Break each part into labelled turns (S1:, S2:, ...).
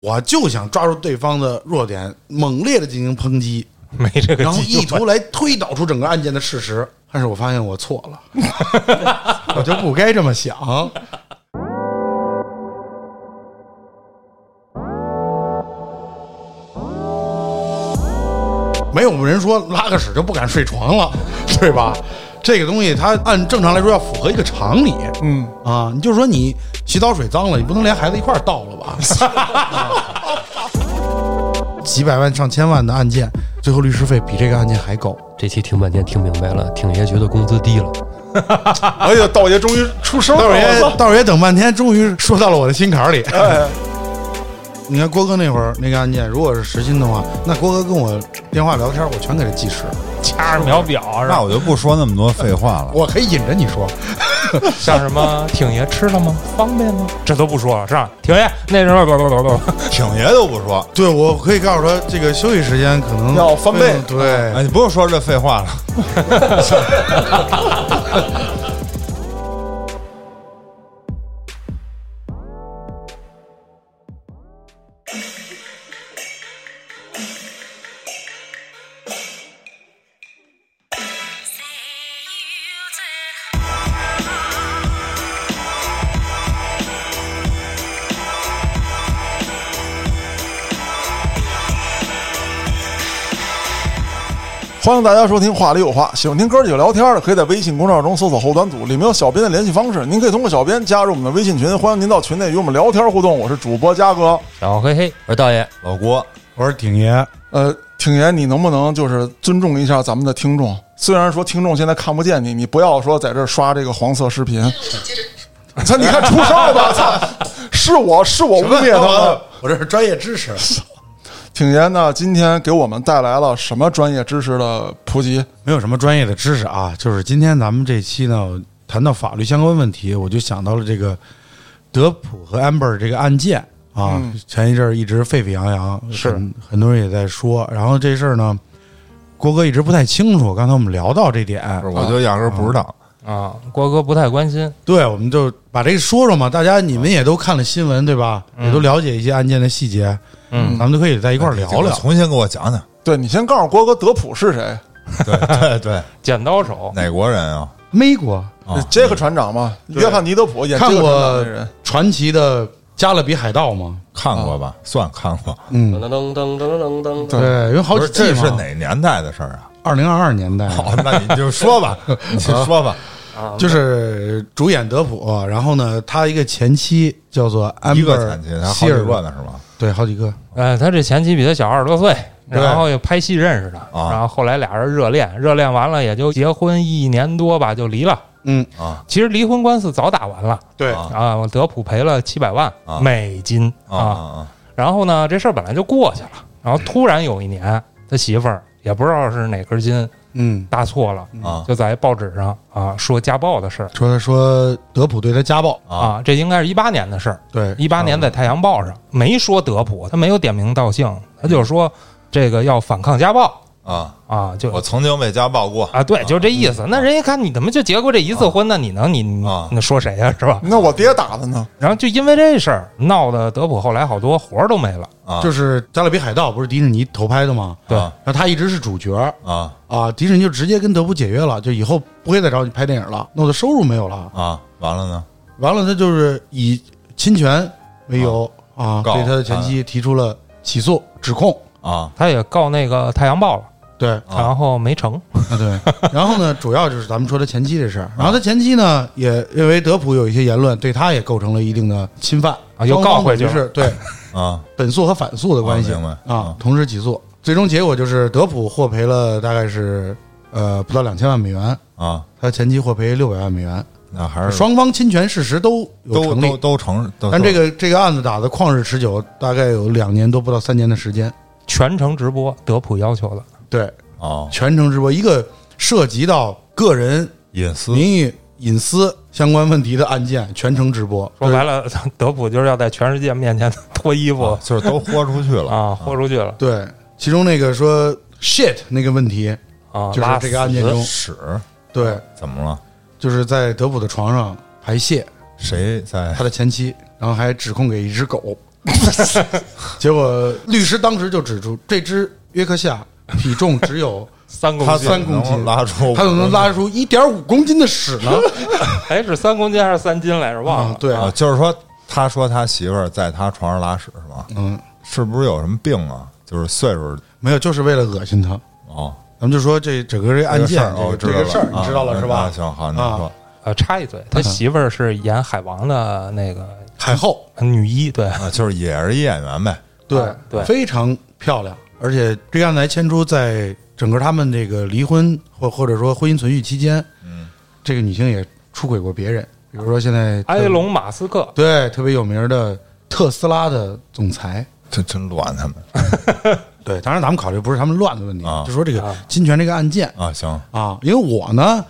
S1: 我就想抓住对方的弱点，猛烈的进行抨击，
S2: 没这个
S1: 然后
S2: 技
S1: 意
S2: 术，
S1: 图来推导出整个案件的事实。但是我发现我错了， 我就不该这么想。没有人说拉个屎就不敢睡床了， 对吧？这个东西它按正常来说要符合一个常理
S2: 嗯，
S1: 啊。你就说你洗澡水脏了，你不能连孩子一块儿倒了吧？几百万上千万的案件，最后律师费比这个案件还高。
S3: 这期听半天听明白了，挺爷觉得工资低了，
S4: 哎呀，道爷终于出声
S1: 道
S4: 了，
S5: 啊
S1: 爷
S4: 我操
S1: 道爷等半天，终于说到了我的心坎儿里。
S4: 哎，
S1: 你看郭哥那会儿那个案件，如果是实心的话，那郭哥跟我电话聊天，我全给他计时，
S2: 掐着秒表是
S5: 那
S2: 吧？
S5: 我就不说那么多废话了。
S1: 我可以引着你说。
S2: 像什么挺爷吃了吗？方便吗？这都不说了是吧？挺爷那什么不不不不不，
S5: 挺爷都不说，
S1: 对，我可以告诉他，这个休息时间可能嗯
S4: 要翻倍
S1: 对，
S5: 哎，你不用说这废话了。
S4: 欢迎大家收听《话里有话》，喜欢听哥几个聊天的，可以在微信公众号中搜索“后端组”，里面有小编的联系方式，您可以通过小编加入我们的微信群，欢迎您到群内与我们聊天互动。我是主播嘉哥，
S3: 小黑黑，我说道爷，
S5: 老郭，
S1: 我说挺爷，
S4: 呃，挺爷，你能不能就是尊重一下咱们的听众？虽然说听众现在看不见你，你不要说在这儿刷这个黄色视频。 操，你看出声了吧？操，是我是我污蔑他们。
S1: 我这是专业知识。
S4: 挺爷呢，今天给我们带来了什么专业知识的普及？
S1: 没有什么专业的知识啊，就是今天咱们这期呢，谈到法律相关问题，我就想到了这个德普和 Amber 这个案件啊，
S4: 嗯
S1: 前一阵儿一直沸沸扬扬，
S4: 是
S1: 很很多人也在说。然后这事儿呢，郭哥一直不太清楚，刚才我们聊到这点，
S5: 我就压根儿不知道。
S2: 啊，郭哥不太关心，
S1: 对，我们就把这个说说嘛，大家你们也都看了新闻对吧？
S2: 嗯
S1: 也都了解一些案件的细节，
S2: 嗯，
S1: 咱们就可以在一
S5: 一
S1: 块儿聊聊。
S5: 重新给我讲讲。
S4: 对你先告诉郭哥德普是谁？
S5: 对对对，
S2: 剪刀手，
S5: 哪国人啊？
S1: 美国
S5: 啊，
S4: 杰克船长嘛，约翰尼德普演杰
S1: 看
S4: 克船长
S1: 过
S4: 的人。
S1: 传奇的《加勒比海盗》吗？
S5: 看过吧？算看过。
S1: 嗯
S3: 噔，噔噔噔噔噔噔，
S1: 对，有好
S5: 不
S1: 几
S5: 是，
S1: 季
S5: 这是
S1: 嘛。
S5: 哪年代的事儿 啊？
S1: 二零二二年代，
S5: 好，那你就说 吧，你就说吧。
S1: 就是主演德普，然后呢，他一个前妻叫做安
S5: 一
S1: 贝
S5: 个
S1: 尔
S5: 前妻，他好
S1: 希
S5: 几
S1: 尔
S5: 个呢，是吗？
S1: 对，好几个。
S2: 呃，他这前妻比他小二十多岁，
S1: 对
S2: 然后又拍戏认识的，
S5: 啊
S2: 然后后来俩人热恋，热恋完了也就结婚一年多吧，就离了。
S1: 嗯，
S5: 啊
S2: 其实离婚官司早打完了
S1: 对
S5: 啊
S2: 啊，我德普赔了七百万
S5: 啊
S2: 美金
S5: 啊啊！
S2: 然后呢，这事儿本来就过去了，然后突然有一年，他媳妇儿也不知道是哪根筋
S1: 嗯，
S2: 搭错了，
S5: 啊
S2: 就在报纸上啊说家暴的事儿
S1: 说说德普对他家暴，
S5: 啊！
S2: 啊，这应该是一八年的事儿，
S1: 嗯对，
S2: 一八年在《太阳报》上没说德普，他没有点名道姓，他就说这个要反抗家暴
S5: 啊！
S2: 啊，就
S5: 我曾经被家暴过
S2: 啊，对，就这意思。那人家看你怎么就结过这一次婚，那你能你你
S5: 啊
S2: 你说谁呀、是吧？
S4: 那我爹打的呢？
S2: 然后就因为这事儿闹得德普后来好多活儿都没了。
S5: 啊！
S1: 就是是《加勒比海盗》不是迪士尼投拍的吗？
S2: 对
S5: 啊
S1: 然后他一直是主角
S5: 啊
S1: 啊，迪士尼就直接跟德普解约了，就以后不会再找你拍电影了，弄得收入没有了。
S5: 啊！完了呢？
S1: 完了，他就是以侵权为由啊，
S5: 告
S1: 对他的前妻提出了起诉指控。
S5: 啊
S2: 他也告那个《太阳报》了，
S1: 对，
S5: 啊
S2: 然后没成。
S1: 啊，对。然后呢，主要就是咱们说他前妻这事儿。然后他前妻呢，也认为德普有一些言论对他也构成了一定的侵犯
S2: 啊又告回去
S1: 就
S2: 了
S1: 是对
S5: 啊！
S1: 本诉和反诉的关系
S5: 啊明
S1: 啊
S5: 白啊，
S1: 同时起诉。最终结果就是德普获赔了大概是呃不到两千万美元，
S5: 啊，
S1: 他前妻获赔六百万美元，
S5: 那还是
S1: 双方侵权事实都有
S5: 都
S1: 成
S5: 都
S1: 立。
S5: 都承认，都
S1: 但
S5: 都
S1: 这个这个案子打得旷日持久，大概有两年多不到三年的时间。
S2: 全程直播，德普要求的。
S1: 对，
S5: 哦，
S1: 全程直播，一个涉及到个人
S5: 隐私
S1: 名誉隐私相关问题的案件全程直播。
S2: 说白了， 德普就是要在全世界面前脱衣服
S5: 啊就是都豁出去了
S2: 啊，豁出去了
S1: 对，其中那个说 shit 那个问题，
S2: 啊，
S1: 就是
S2: 拉
S1: 这个案
S2: 死
S1: 件中，
S5: 屎
S1: 对，
S5: 怎么了？
S1: 就是在德普的床上排泄，
S5: 谁在
S1: 他的前妻，然后还指控给一只狗 结果律师当时就指出，这只约克夏体重只 有
S2: 三公
S5: 他
S2: 斤，
S1: 三公斤
S5: 能拉出，
S1: 他怎么能拉出一点五公斤的屎 呢？
S2: 哎，是三公斤还是三斤来着？忘
S1: 啊
S2: 了。，
S1: 对
S5: 啊？，就是说，他说他媳妇儿在他床上拉屎是吗？
S1: 嗯，
S5: 是不是有什么病啊？就是岁数
S1: 没有，就是为了恶心他。
S5: 哦，
S1: 咱们就说这整个这
S5: 这
S1: 案
S5: 个事
S1: 件
S5: 儿，哦，
S1: 这个这个事儿，你知道了是
S5: 啊
S1: 吧？
S5: 行，好，你
S1: 啊
S5: 说，
S2: 呃，插一嘴，他
S1: 嗯
S2: 媳妇儿是演海王的那个
S1: 海后，
S2: 女一，对，
S1: 嗯
S5: 啊，就是也是一演员呗，
S1: 对
S2: 啊对
S1: 非常漂亮。而且这个案子还牵出在整个他们这个离婚或或者说婚姻存续期间，
S5: 嗯，
S1: 这个女性也出轨过别人，比如说现在
S2: 埃隆·马斯克。
S1: 对特别有名的特斯拉的总裁。
S5: 真真乱他们
S1: 对，当然咱们考虑不是他们乱的问题，
S5: 啊
S1: 就说这个
S2: 啊
S1: 侵权这个案件
S5: 啊，行，
S1: 啊，因为我呢，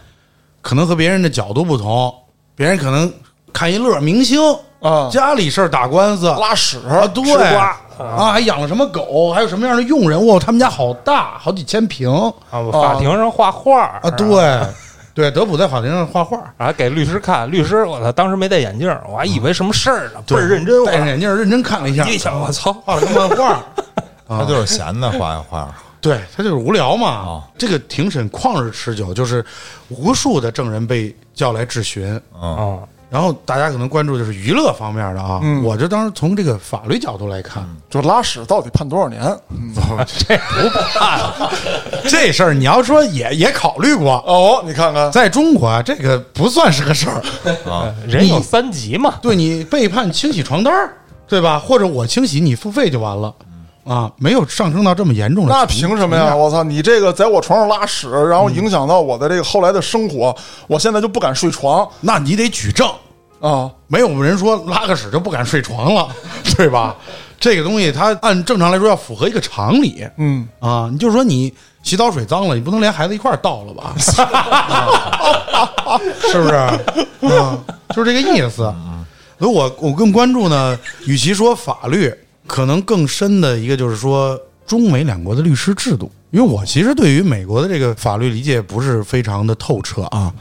S1: 可能和别人的角度不同，别人可能看一乐，明星
S4: 啊
S1: 家里事儿打官司，
S4: 拉屎
S1: 啊，对
S2: 吃瓜
S1: 啊，还养了什么狗，还有什么样的佣人，哇，他们家好大，好几千平
S2: 啊，法庭上画画啊
S1: 哦啊，对对，德普在法庭上画画，
S2: 啊，给律师看，律师我操，当时没戴眼镜，我还以为什么事儿呢，倍
S1: 对
S2: 儿认真，我
S1: 戴上眼镜认真看了一下，
S2: 一想我操，
S1: 画了个漫 画，
S5: 他就是闲的画一画，
S1: 对他就是无聊嘛。
S5: 啊
S1: 这个庭审旷日持久，就是无数的证人被叫来质询，
S5: 嗯
S2: 嗯，
S1: 然后大家可能关注就是娱乐方面的啊，
S4: 嗯
S1: 我就当时从这个法律角度来看，
S4: 就拉屎到底判多少年？嗯
S1: 这事儿你要说也也考虑过，
S4: 哦，你看看，
S1: 在中国啊这个不算是个事 儿。
S5: 啊，
S2: 人有三级嘛，
S1: 对你背叛清洗床单儿，对吧？或者我清洗你付费就完了，啊，没有上升到这么严重的。
S4: 那凭什么呀？？我操，你这个在我床上拉屎，然
S1: 嗯
S4: 后影响到我的这个后来的生活，我现在就不敢睡床
S1: 那你得举证，
S4: 啊！
S1: 没有人说拉个屎就不敢睡床了， 对吧？这个东西它按正常来说要符合一个常理，
S4: 嗯
S1: 啊，你就说你洗澡水脏了，你不能连孩子一块儿倒了吧？是不是？啊，就是这个意思。所以我我更关注呢，与其说法律，可能更深的一个就是说中美两国的律师制度。因为我其实对于美国的这个法律理解不是非常的透彻啊，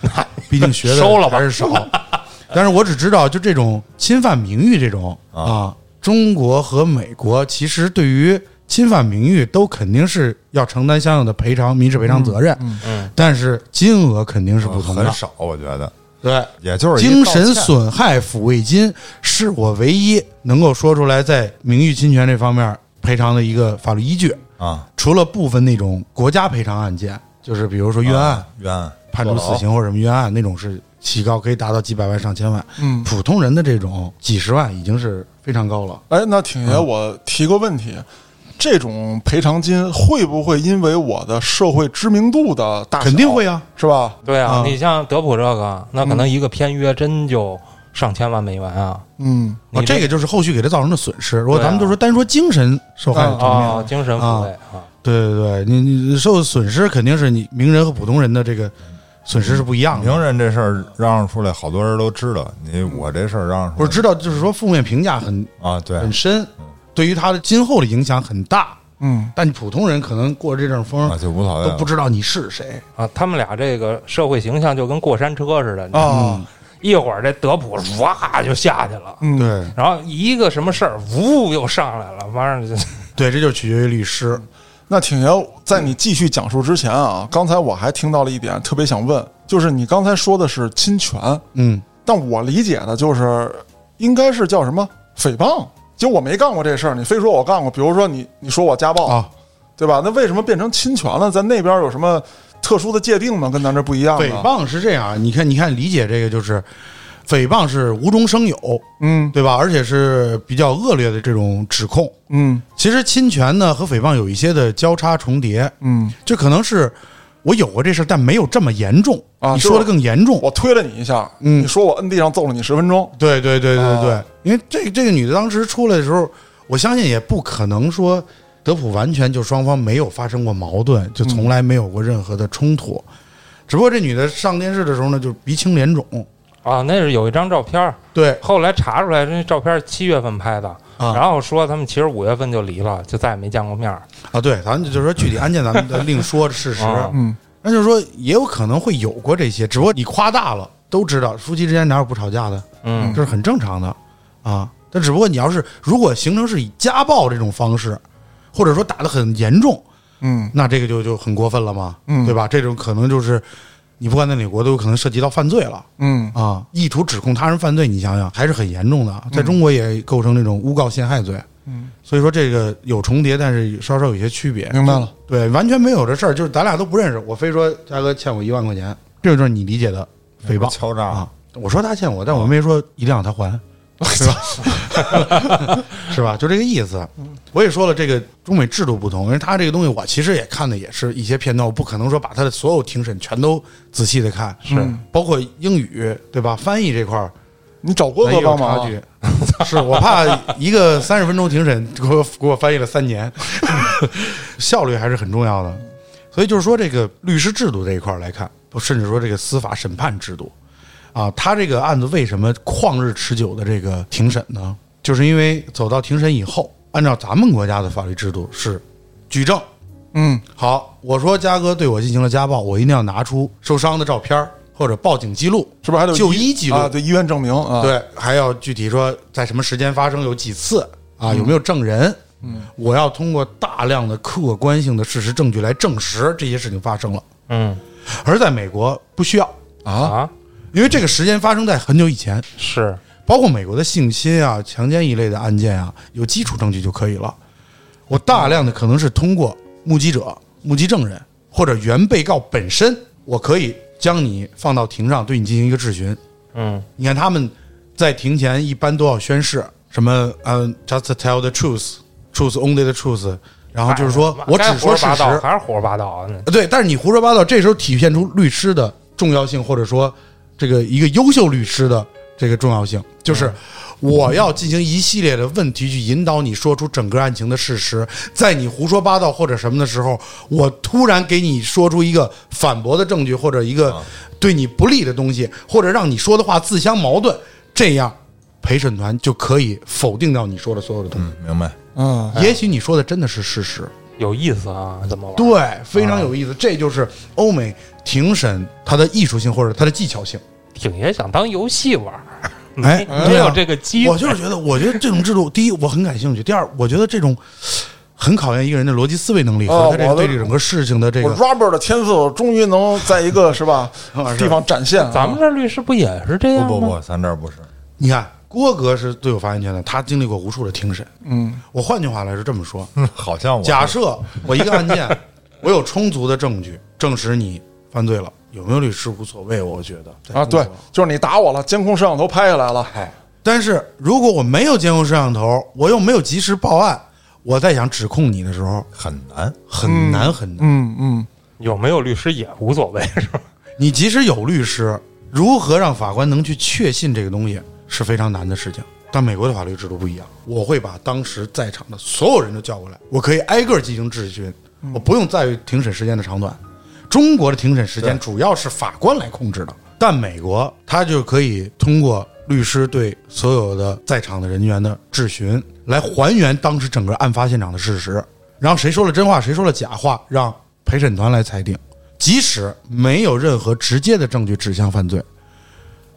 S1: 毕竟学
S2: 收
S1: 的
S2: 了吧
S1: 还是少。但是我只知道，就这种侵犯名誉这种
S5: 啊
S1: 啊，中国和美国其实对于侵犯名誉都肯定是要承担相应的赔偿、民事赔偿责任，但是金额肯定是不同的。
S5: 很少，我觉得，
S1: 对，
S5: 也就是一
S1: 精
S5: 道
S1: 神
S5: 歉
S1: 损害抚慰金是我唯一能够说出来在名誉侵权这方面赔偿的一个法律依据，
S5: 啊，
S1: 除了部分那种国家赔偿案件，就是比如说冤案、
S5: 啊冤案
S1: 判处死，刑或者什么冤案那种是起告可以达到几百万上千万，
S4: 嗯，
S1: 普通人的这种几十万已经是非常高了。
S4: 哎，那挺爷，
S1: 嗯
S4: 我提个问题，这种赔偿金会不会因为我的社会知名度的大小
S1: 肯定会啊，
S4: 是吧？
S2: 对啊
S1: 啊，
S2: 你像德普这个，那可能一个片约真就上千万美元啊，
S4: 嗯，
S1: 啊，
S2: 你
S1: 这个就是后续给他造成的损失。如果
S2: 对啊
S1: 咱们就说单说精神受害的层面，
S2: 啊，精神抚慰啊，
S1: 对对对，你你受的损失肯定是你名人和普通人的这个损失是不一样的。
S5: 名人这事儿嚷嚷出来，好多人都知道，你我这事儿嚷嚷出
S1: 我
S5: 来，
S1: 嗯知道，就是说负面评价很
S5: 啊，对，
S1: 很深，对于他的今后的影响很大。
S4: 嗯，
S1: 但你普通人可能过这阵风
S5: 啊，就无所谓
S1: 都
S5: 了，
S1: 不知道你是谁。
S2: 啊，他们俩这个社会形象就跟过山车似的，你知道
S1: 哦
S2: 吗
S1: 嗯
S4: 啊，
S2: 一会儿这德普唰就下去了，
S4: 嗯，
S1: 对
S2: 然后一个什么事儿，呜又上来了，完了就
S1: 对，这就取决于律师。
S4: 那挺爷，在你继续讲述之前
S1: 嗯
S4: 啊，刚才我还听到了一点，特别想问，就是你刚才说的是侵权，
S1: 嗯，
S4: 但我理解的就是应该是叫什么诽谤。就我没干过这事儿，你非说我干过。比如说你，你说我家暴，
S1: 啊，
S4: 对吧？那为什么变成侵权了？在那边有什么特殊的界定吗？跟咱这不一样
S1: 诽
S4: 呢？
S1: 谤是这样，啊你看，你看，理解这个就是，诽谤是无中生有，
S4: 嗯
S1: 对吧？而且是比较恶劣的这种指控。
S4: 嗯
S1: 其实侵权呢和诽谤有一些的交叉重叠，
S4: 嗯，
S1: 就可能是我有过这事儿，但没有这么严重。
S4: 啊
S1: 你
S4: 就是
S1: 说的更严重，
S4: 我推了你一下，
S1: 嗯
S4: 你说我摁地上揍了你十分钟，
S1: 对对对对对，
S4: 啊
S1: 因为这这个女的当时出来的时候，我相信也不可能说德普完全就双方没有发生过矛盾，就从来没有过任何的冲突。只不过这女的上电视的时候呢，就是鼻青脸肿，
S2: 啊，那是有一张照片儿，
S1: 对
S2: 后来查出来那照片是七月份拍的，
S1: 啊
S2: 然后说他们其实五月份就离了，就再也没见过面儿。
S1: 啊对，咱们就是说具体案件咱们再另说事 实。
S2: 啊
S4: 嗯
S1: 那就是说也有可能会有过这些，只不过你夸大了，都知道夫妻之间哪有不吵架的，
S2: 嗯
S1: 这是很正常的啊。但只不过你要是如果形成是以家暴这种方式，或者说打得很严重，
S4: 嗯，
S1: 那这个就就很过分了嘛，
S4: 嗯
S1: 对吧？这种可能就是你不管在哪国都有可能涉及到犯罪了。
S4: 嗯
S1: 啊，意图指控他人犯罪，你想想还是很严重的，在中国也构成这种诬告陷害罪。
S4: 嗯，
S1: 所以说这个有重叠，但是稍稍有些区别。
S4: 明白了，
S1: 对，完全没有这事儿，就是咱俩都不认识，我非说嘉哥欠我一万块钱，这就是你理解的
S4: 哎
S1: 诽谤
S5: 敲诈
S1: 啊。我说他欠我，但我没说一定要 他还，是吧？是吧？就这个意思。我也说了，这个中美制度不同，因为他这个东西，我其实也看的也是一些片段，我不可能说把他的所有庭审全都仔细的看，是包括英语对吧？翻译这块儿
S4: 你找郭
S1: 咱也
S4: 哥
S1: 有
S4: 帮
S1: 差
S4: 忙啊，
S1: 距。 是我怕一个三十分钟庭审给我给我翻译了三年， 效率还是很重要的。所以就是说，这个律师制度这一块儿来看，甚至说这个司法审判制度，啊，他这个案子为什么旷日持久的这个庭审呢？就是因为走到庭审以后，按照咱们国家的法律制度是举证。
S4: 嗯，
S1: 好，我说嘉哥对我进行了家暴，我一定要拿出受伤的照片儿或者报警记录，
S4: 是不是还得有
S1: 就医记录
S4: 啊？对，医院证明啊，，
S1: 对，还要具体说在什么时间发生，有几次啊，有没有证人？嗯，我要通过大量的客观性的事实证据来证实这些事情发生了。
S2: 嗯
S1: 而在美国不需要，
S2: 啊，
S1: 因为这个时间发生在很久以前，
S2: 是
S1: 包括美国的性侵啊、强奸一类的案件啊，有基础证据就可以了。我大量的可能是通过目击者、目击证人或者原被告本身，我可以将你放到庭上，对你进行一个质询。
S2: 嗯
S1: 你看他们在庭前一般都要宣誓什么，嗯、j u s t tell the truth, truth only the truth，然后啊就是说
S2: 哎
S1: 我只
S2: 该胡
S1: 说
S2: 说
S1: 事
S2: 八
S1: 实，
S2: 道还是胡说八道啊？那
S1: 对，但是你胡说八道，这时候体现出律师的重要性，或者说这个一个优秀律师的这个重要性，就是我要进行一系列的问题去引导你说出整个案情的事实，在你胡说八道或者什么的时候，我突然给你说出一个反驳的证据，或者一个对你不利的东西，或者让你说的话自相矛盾，这样陪审团就可以否定掉你说的所有的东西。
S5: 嗯，明白。
S4: 嗯，
S1: 也许你说的真的是事实，
S2: 有意思啊，怎么玩？
S1: 对，非常有意
S4: 啊
S1: 思。这就是欧美庭审它的艺术性或者它的技巧性。
S2: 挺爷想当游戏玩儿，
S1: 哎
S2: 你
S5: 啊
S2: 真有这个机会，
S1: 我就是觉得，我觉得这种制度，第一我很感兴趣，第二我觉得这种很考验一个人的逻辑思维能力和
S4: 哦
S1: 他这
S4: 我
S1: 个
S4: 的
S1: 对这整个事情的这
S4: 我
S1: 个。
S4: Rubber 的天赋终于能在 一个是吧
S1: 啊是
S4: 地方展现啊，
S2: 咱们这律师不也是这样
S5: 不
S2: 吗？
S5: 不不，咱这儿不是。
S1: 你看，郭哥是最有发言权的，他经历过无数的庭审。
S4: 嗯
S1: 我换句话来说，这么说，
S5: 好像我
S1: 假设我一个案 件，我有充足的证据证实你犯罪了，有没有律师无所谓，我觉得在
S4: 啊，
S1: 中国
S4: 对，就是你打我了，监控摄像头拍下来了，
S1: 哎，但是如果我没有监控摄像头，我又没有及时报案，我在想指控你的时候
S5: 很难，
S1: 很难很难。
S4: 嗯嗯，
S2: 有没有律师也无所谓，是吧？
S1: 你即使有律师，如何让法官能去确信这个东西是非常难的事情。但美国的法律制度不一样，我会把当时在场的所有人都叫过来，我可以挨个进行质询，我不用在意庭审时间的长短。中国的庭审时间主要是法官来控制的，但美国他就可以通过律师对所有的在场的人员的质询，来还原当时整个案发现场的事实，然后谁说了真话，谁说了假话，让陪审团来裁定。即使没有任何直接的证据指向犯罪，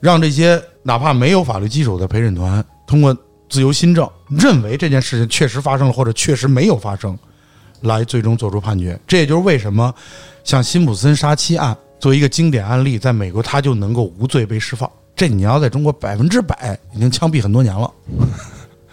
S1: 让这些哪怕没有法律基础的陪审团通过自由新政认为这件事情确实发生了，或者确实没有发生，来最终做出判决。这也就是为什么像辛普森杀妻案作为一个经典案例，在美国他就能够无罪被释放。这你要在中国百分之百已经枪毙很多年了，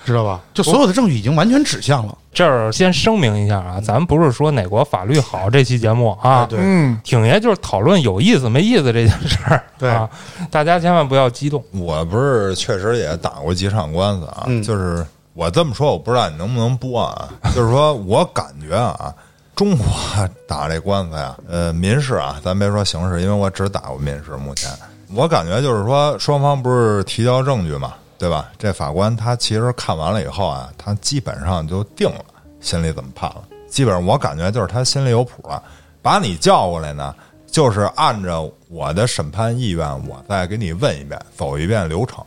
S1: 知道吧？就所有的证据已经完全指向了
S2: 这儿先声明一下
S5: 嗯
S2: 啊，咱们不是说哪国法律好这期节目啊，
S1: 哎对
S4: 嗯，
S2: 挺爷就是讨论有意思没意思这件事儿，
S1: 对
S2: 啊，大家千万不要激动，
S5: 我不是确实也打过几场官司啊，
S1: 嗯
S5: 就是我这么说，我不知道你能不能播啊，就是说我感觉啊。中国打这官司呀，呃，民事啊，咱别说刑事，因为我只打过民事。目前我感觉就是说，双方不是提交证据嘛，对吧？这法官他其实看完了以后啊，他基本上就定了心里怎么判了。基本上我感觉就是他心里有谱了，把你叫过来呢，就是按照我的审判意愿，我再给你问一遍，走一遍流程。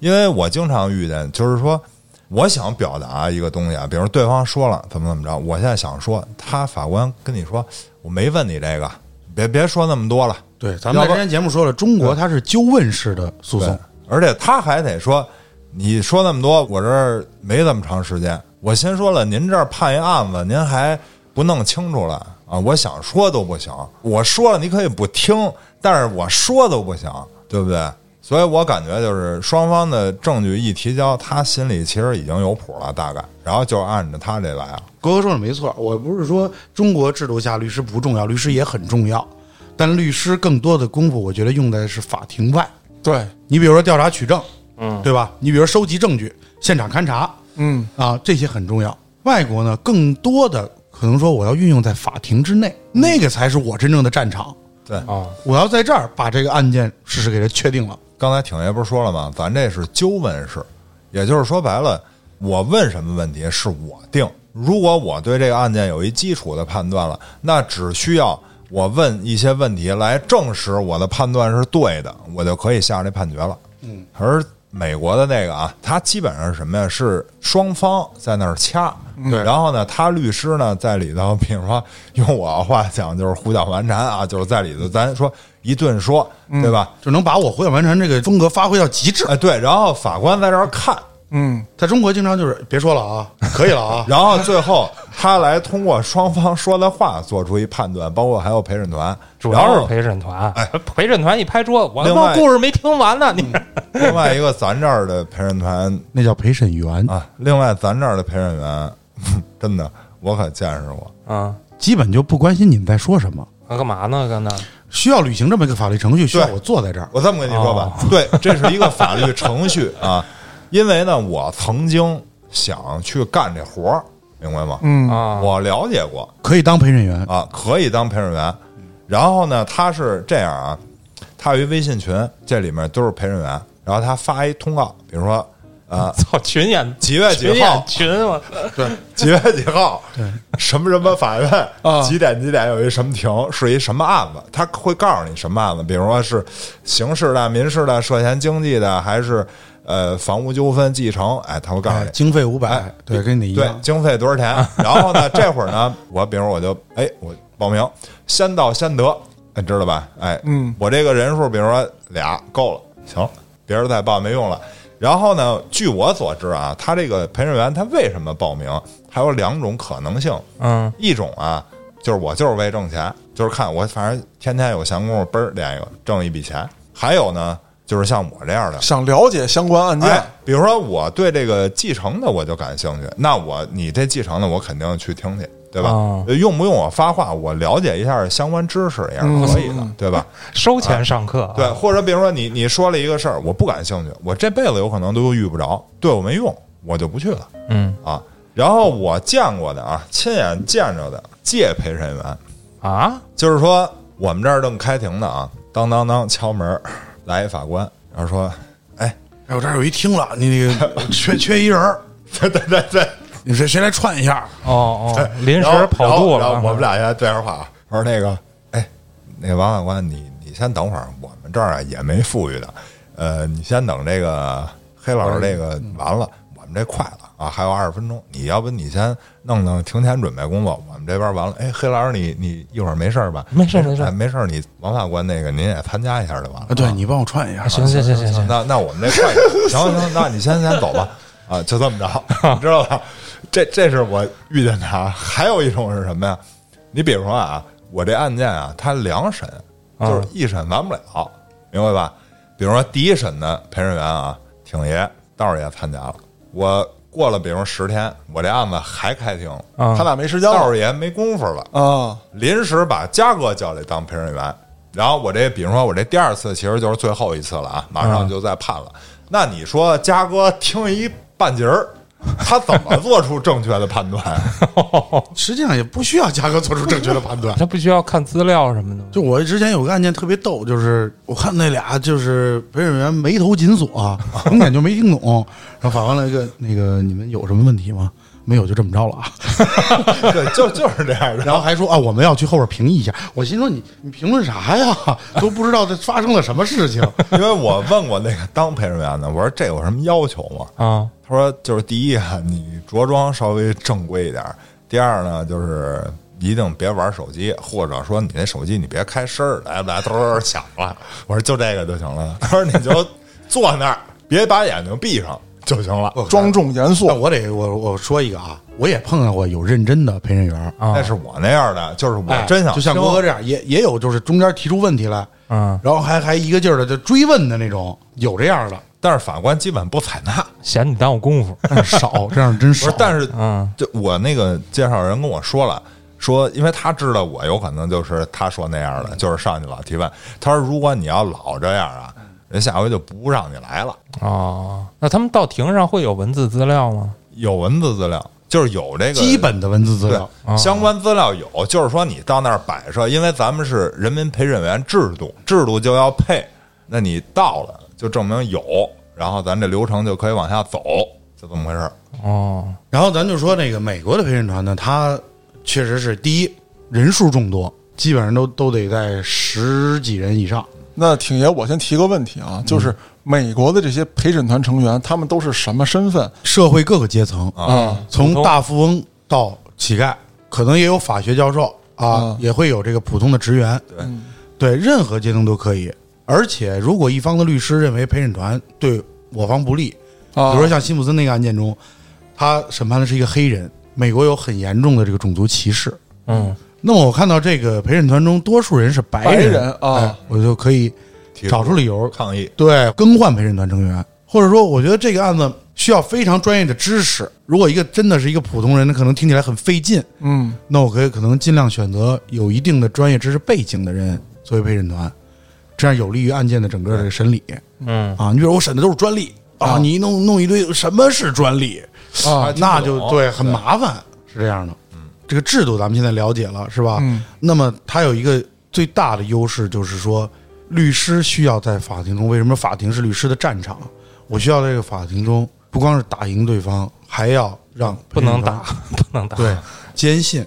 S5: 因为我经常遇见，就是说，我想表达一个东西啊，比如对方说了怎么怎么着，我现在想说，他法官跟你说，我没问你这个，别别说那么多了，
S1: 嗯对，咱们在之前节目说了，中国它是纠问式的诉
S5: 对
S1: 讼，，
S5: 而且他还得说你说那么多，我这儿没这么长时间。我先说了，您这儿判一案子，您还不弄清楚了啊？我想说都不行，我说了你可以不听，但是我说都不行，对不对？所以我感觉就是双方的证据一提交，他心里其实已经有谱了，大概，然后就按着他这来啊。
S1: 郭哥说的没错，我不是说中国制度下律师不重要，律师也很重要，但律师更多的功夫，我觉得用在是法庭外。
S4: 对，
S1: 你比如说调查取证，嗯，对吧？你比如收集证据、现场勘查
S4: 嗯，
S1: 啊，这些很重要。外国呢，更多的可能说我要运用在法庭之内，那个才是我真正的战场。
S5: 对，
S2: 啊，
S1: 我要在这儿把这个案件事实给它确定了。
S5: 刚才挺爷不是说了吗？咱这是纠问式，也就是说白了，我问什么问题是我定。如果我对这个案件有一基础的判断了，那只需要我问一些问题来证实我的判断是对的，我就可以下这判决了。嗯，而美国的那个啊，它基本上是什么呀？是双方在那儿掐，嗯对，然后呢，他律师呢在里头，比如说用我话讲就是胡搅蛮缠啊，就是在里头咱说一顿说，对吧？
S1: 就能把我胡搅蛮缠这个风格发挥到极致。
S5: 哎，对，然后法官在这儿看，
S4: 嗯，
S1: 在中国经常就是别说了 啊，可以了啊，
S5: 然后最后他来通过双方说的话做出一判断，包括还有陪审团，
S2: 主要是
S5: 然后
S2: 陪审团，陪审团一拍桌子，我他
S5: 哎另外
S2: 妈故事没听完呢，你
S5: 另外一个咱这儿的陪审团
S1: 那叫陪审员，
S5: 啊，另外咱这儿的陪审员，真的我可见识过，
S2: 啊，
S1: 基本就不关心你们在说什么，
S2: 那干嘛呢？搁那
S1: 需要履行这么一个法律程序，需要
S5: 对
S1: 我坐在这儿。
S5: 我这么跟你说吧，
S2: 哦
S5: 对，这是一个法律程序啊，因为呢，我曾经想去干这活儿，明白吗？嗯，
S2: 啊，
S5: 我了解过，
S1: 可以当陪审员，
S5: 啊，可以当陪审员。然后呢，他是这样啊，他有一微信群，这里面都是陪审员。然后他发一通告，比如说啊，
S2: 操群演
S5: 几月几
S2: 群
S5: 号
S2: 演，群我
S5: 几月几号，什么什么法院，几点几点有一什么庭，是一什么案子，他会告诉你什么案子，比如说是刑事的、民事的、涉嫌经济的，还是呃房屋纠纷、继承，哎，他会告诉
S1: 哎
S5: 你，。
S1: 经费五百
S5: 哎，
S1: 对，跟你一
S5: 对
S1: 样，。
S5: 经费多少钱？然后呢，这会儿呢，我比如我就哎，我报名，先到先得，哎，知道吧？哎，
S4: 嗯，
S5: 我这个人数，比如说俩够了，行了，别人再报没用了。然后呢，据我所知啊，他这个陪审员他为什么报名，还有两种可能性，
S2: 嗯
S5: 一种啊，就是我就是为挣钱，就是看我反正天天有闲工夫，嘣儿练一个挣一笔钱。还有呢，就是像我这样的，
S4: 想了解相关案
S5: 哎
S4: 件，，
S5: 比如说我对这个继承的我就感兴趣，那我你这继承的我肯定去听去，对吧？
S2: 哦
S5: 用不用我发话，我了解一下相关知识也是可以的，对吧？
S2: 收钱上课，啊
S5: 对，或者比如说你你说了一个事儿，我不感兴趣，我这辈子有可能都遇不着，对我没用，我就不去了
S2: 嗯
S5: 啊。然后我见过的啊，亲眼见着的借陪审员，
S2: 啊，
S5: 就是说我们这儿正开庭呢啊，当当当敲门儿，来一法官，然后说，哎，
S1: 哎，我这儿有一听了，你那个 缺缺一人儿，
S5: 对对对对。
S1: 你谁谁来串一下？
S2: 哦哦，临
S5: 然后
S2: 时跑肚
S5: 然后
S2: 了，啊
S5: 然后我们俩现在对上话，啊我说那个，哎，那个王法官，你你先等会儿，我们这儿啊也没富裕的，呃，你先等这个黑老师这个完了，我们这快了啊，还有二十分钟，你要不你先弄弄庭前准备工作，我们这边完了。哎，黑老师，你你一会儿没事儿吧？
S2: 没事儿没事儿
S5: 哎没事儿，你王法官那个您也参加一下就完了
S1: 啊，。对你帮我串一下。
S2: 行行行行行，
S5: 那那我们这快点，行行，那你先先走吧，啊，就这么着，你知道吧？这这是我遇见的啊。还有一种是什么呀？你比如说啊，我这案件啊，它两审，
S2: 啊
S5: 就是一审完不了，明白吧？比如说第一审的陪审员啊，挺爷、道儿爷参加了，我过了，比如说十天，我这案子还开庭，
S2: 啊
S4: 他俩没时间
S5: 道
S4: 了
S5: 儿爷没工夫了，
S4: 啊，
S5: 临时把嘉哥叫来当陪审员。然后我这，比如说我这第二次其实就是最后一次了啊，马上就再判了。那你说嘉哥听一半截儿， 他怎么做出正确的判断？
S1: 实际上也不需要嘉哥做出正确的判断。
S2: 他不需要看资料什么的吗？
S1: 就我之前有个案件特别逗，就是我看那俩就是陪审员眉头紧锁、 明显就没听懂。 然后法官来个那个，你们有什么问题吗？没有，就这么着了 啊。
S5: 对，就就是这 样的。
S1: 然后还说啊，我们要去后边评议一下。我心说你你评论啥 呀？都不知道这发生了什么事情。
S5: 因为我问过那个当陪审员的，我说这有什么要求吗？
S2: 啊，
S5: 他说就是第一啊，你着装稍微正规一点儿；第二呢，就是一定别玩手机，或者说你那手机你别开声儿，来不来嘚儿响了。我说就这个就行了。他说你就坐那儿，别把眼睛闭上，就行了。
S4: 庄重严肃
S1: 那。 我得我我说一个啊，我也碰到过有认真的陪审员，
S2: 啊
S5: 那是我那样的，就是我
S1: 哎，
S5: 真想
S1: 就像
S5: 听
S1: 郭哥这样，也也有就是中间提出问题来，
S2: 嗯，
S1: 然后还还一个劲儿的就追问的那种，有这样的，
S5: 但是法官基本不采纳。
S2: 嫌你耽误功 夫，
S1: 但是少，这样真
S5: 不
S1: 少
S5: 是，。但是
S2: 嗯，
S5: 就我那个介绍人跟我说了，说因为他知道我有可能就是他说那样的，就是上去老提问。他说如果你要老这样啊，人下回就不让你来了。
S2: 哦，那他们到庭上会有文字资料吗？
S5: 有文字资料，就是有这个
S1: 基本的文字资
S5: 对
S1: 料，
S5: 相关资料有，就是说你到那儿摆设，因为咱们是人民陪审员制度，制度就要配，那你到了就证明有，然后咱这流程就可以往下走，就这么回事儿。
S2: 哦，
S1: 然后咱就说那个美国的陪审团呢，它确实是第一人数众多，基本上都都得在十几人以上。
S4: 那挺爷，我先提个问题啊，
S1: 嗯
S4: 就是美国的这些陪审团成员，他们都是什么身份
S1: 社会各个阶层，
S4: 啊？
S1: 从大富翁到乞丐，可能也有法学教授啊，
S4: 嗯
S1: 也会有这个普通的职员，对，任何阶层都可以。而且，如果一方的律师认为陪审团对我方不利，比
S4: 啊
S1: 如说像辛普森那个案件中，他审判的是一个黑人，美国有很严重的这个种族歧视。
S2: 嗯，
S1: 那么我看到这个陪审团中多数人是白
S4: 白
S1: 人
S4: 人啊
S1: 哎我就可以
S5: 提
S1: 找出理由，
S5: 抗议，
S1: 对，更换陪审团成员，或者说，我觉得这个案子需要非常专业的知识。如果一个真的是一个普通人，那可能听起来很费劲，
S4: 嗯，
S1: 那我可以可能尽量选择有一定的专业知识背景的人作为陪审团，这样有利于案件的整个的审理。
S2: 嗯
S1: 啊，你比如我审的都是专利啊，你一弄弄一堆什么是专利
S5: 还听不
S1: 那就
S5: 懂
S1: 对很麻烦，是这样的。这个制度咱们现在了解了，是吧？
S4: 嗯
S1: 那么它有一个最大的优势，就是说，律师需要在法庭中，为什么法庭是律师的战场？我需要在这个法庭中，不光是打赢对方，还要让
S2: 不能
S1: 陪审团
S2: 打， 不 能打，
S1: 对，坚信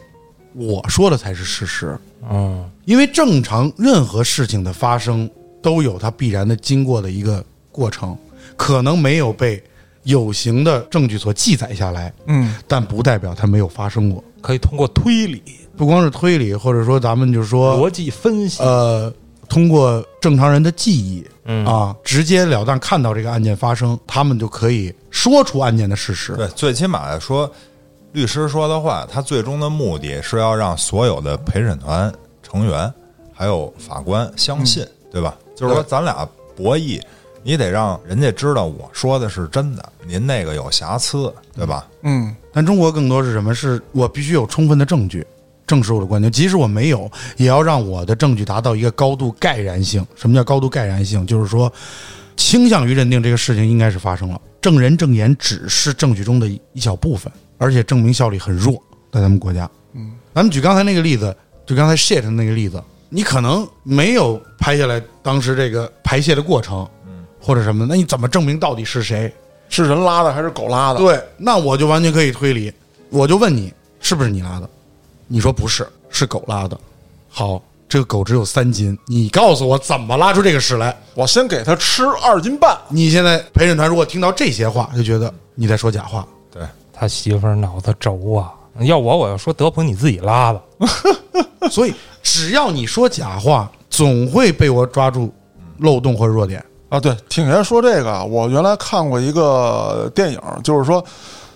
S1: 我说的才是事实。
S2: 嗯，
S1: 因为正常任何事情的发生都有它必然的经过的一个过程，可能没有被有形的证据所记载下来，
S4: 嗯，
S1: 但不代表它没有发生过。
S2: 可以通过推理、
S1: 不光是推理，或者说咱们就是
S5: 哦
S1: 说，
S2: 逻辑分析，
S1: 呃，通过正常人的记忆
S2: 嗯
S1: 啊，直截了当看到这个案件发生，他们就可以说出案件的事实。
S5: 对，最起码说，律师说的话，他最终的目的是要让所有的陪审团成员还有法官相信，
S1: 嗯
S5: 对吧？就是说，咱俩博弈，你得让人家知道我说的是真的，您那个有瑕疵，对吧？
S4: 嗯，
S1: 但中国更多是什么？是我必须有充分的证据证实我的观点，即使我没有，也要让我的证据达到一个高度概然性。什么叫高度概然性？就是说，倾向于认定这个事情应该是发生了，证人证言只是证据中的一小部分，而且证明效力很弱，在咱们国家。嗯，咱们举刚才那个例子，就刚才 shit 那个例子，你可能没有拍下来当时这个排泄的过程，嗯，或者什么，那你怎么证明到底是谁？
S4: 是人拉的还是狗拉的？
S1: 对，那我就完全可以推理，我就问你是不是你拉的？你说不是，是狗拉的。好，这个狗只有三斤，你告诉我怎么拉出这个屎来？
S4: 我先给他吃二斤半。
S1: 你现在陪审团如果听到这些话，就觉得你在说假话。
S5: 对，
S2: 他媳妇儿脑子轴啊！要我，我要说德普你自己拉的，
S1: 所以只要你说假话，总会被我抓住漏洞或者弱点。
S4: 啊，对，挺爷说这个啊，我原来看过一个电影，就是说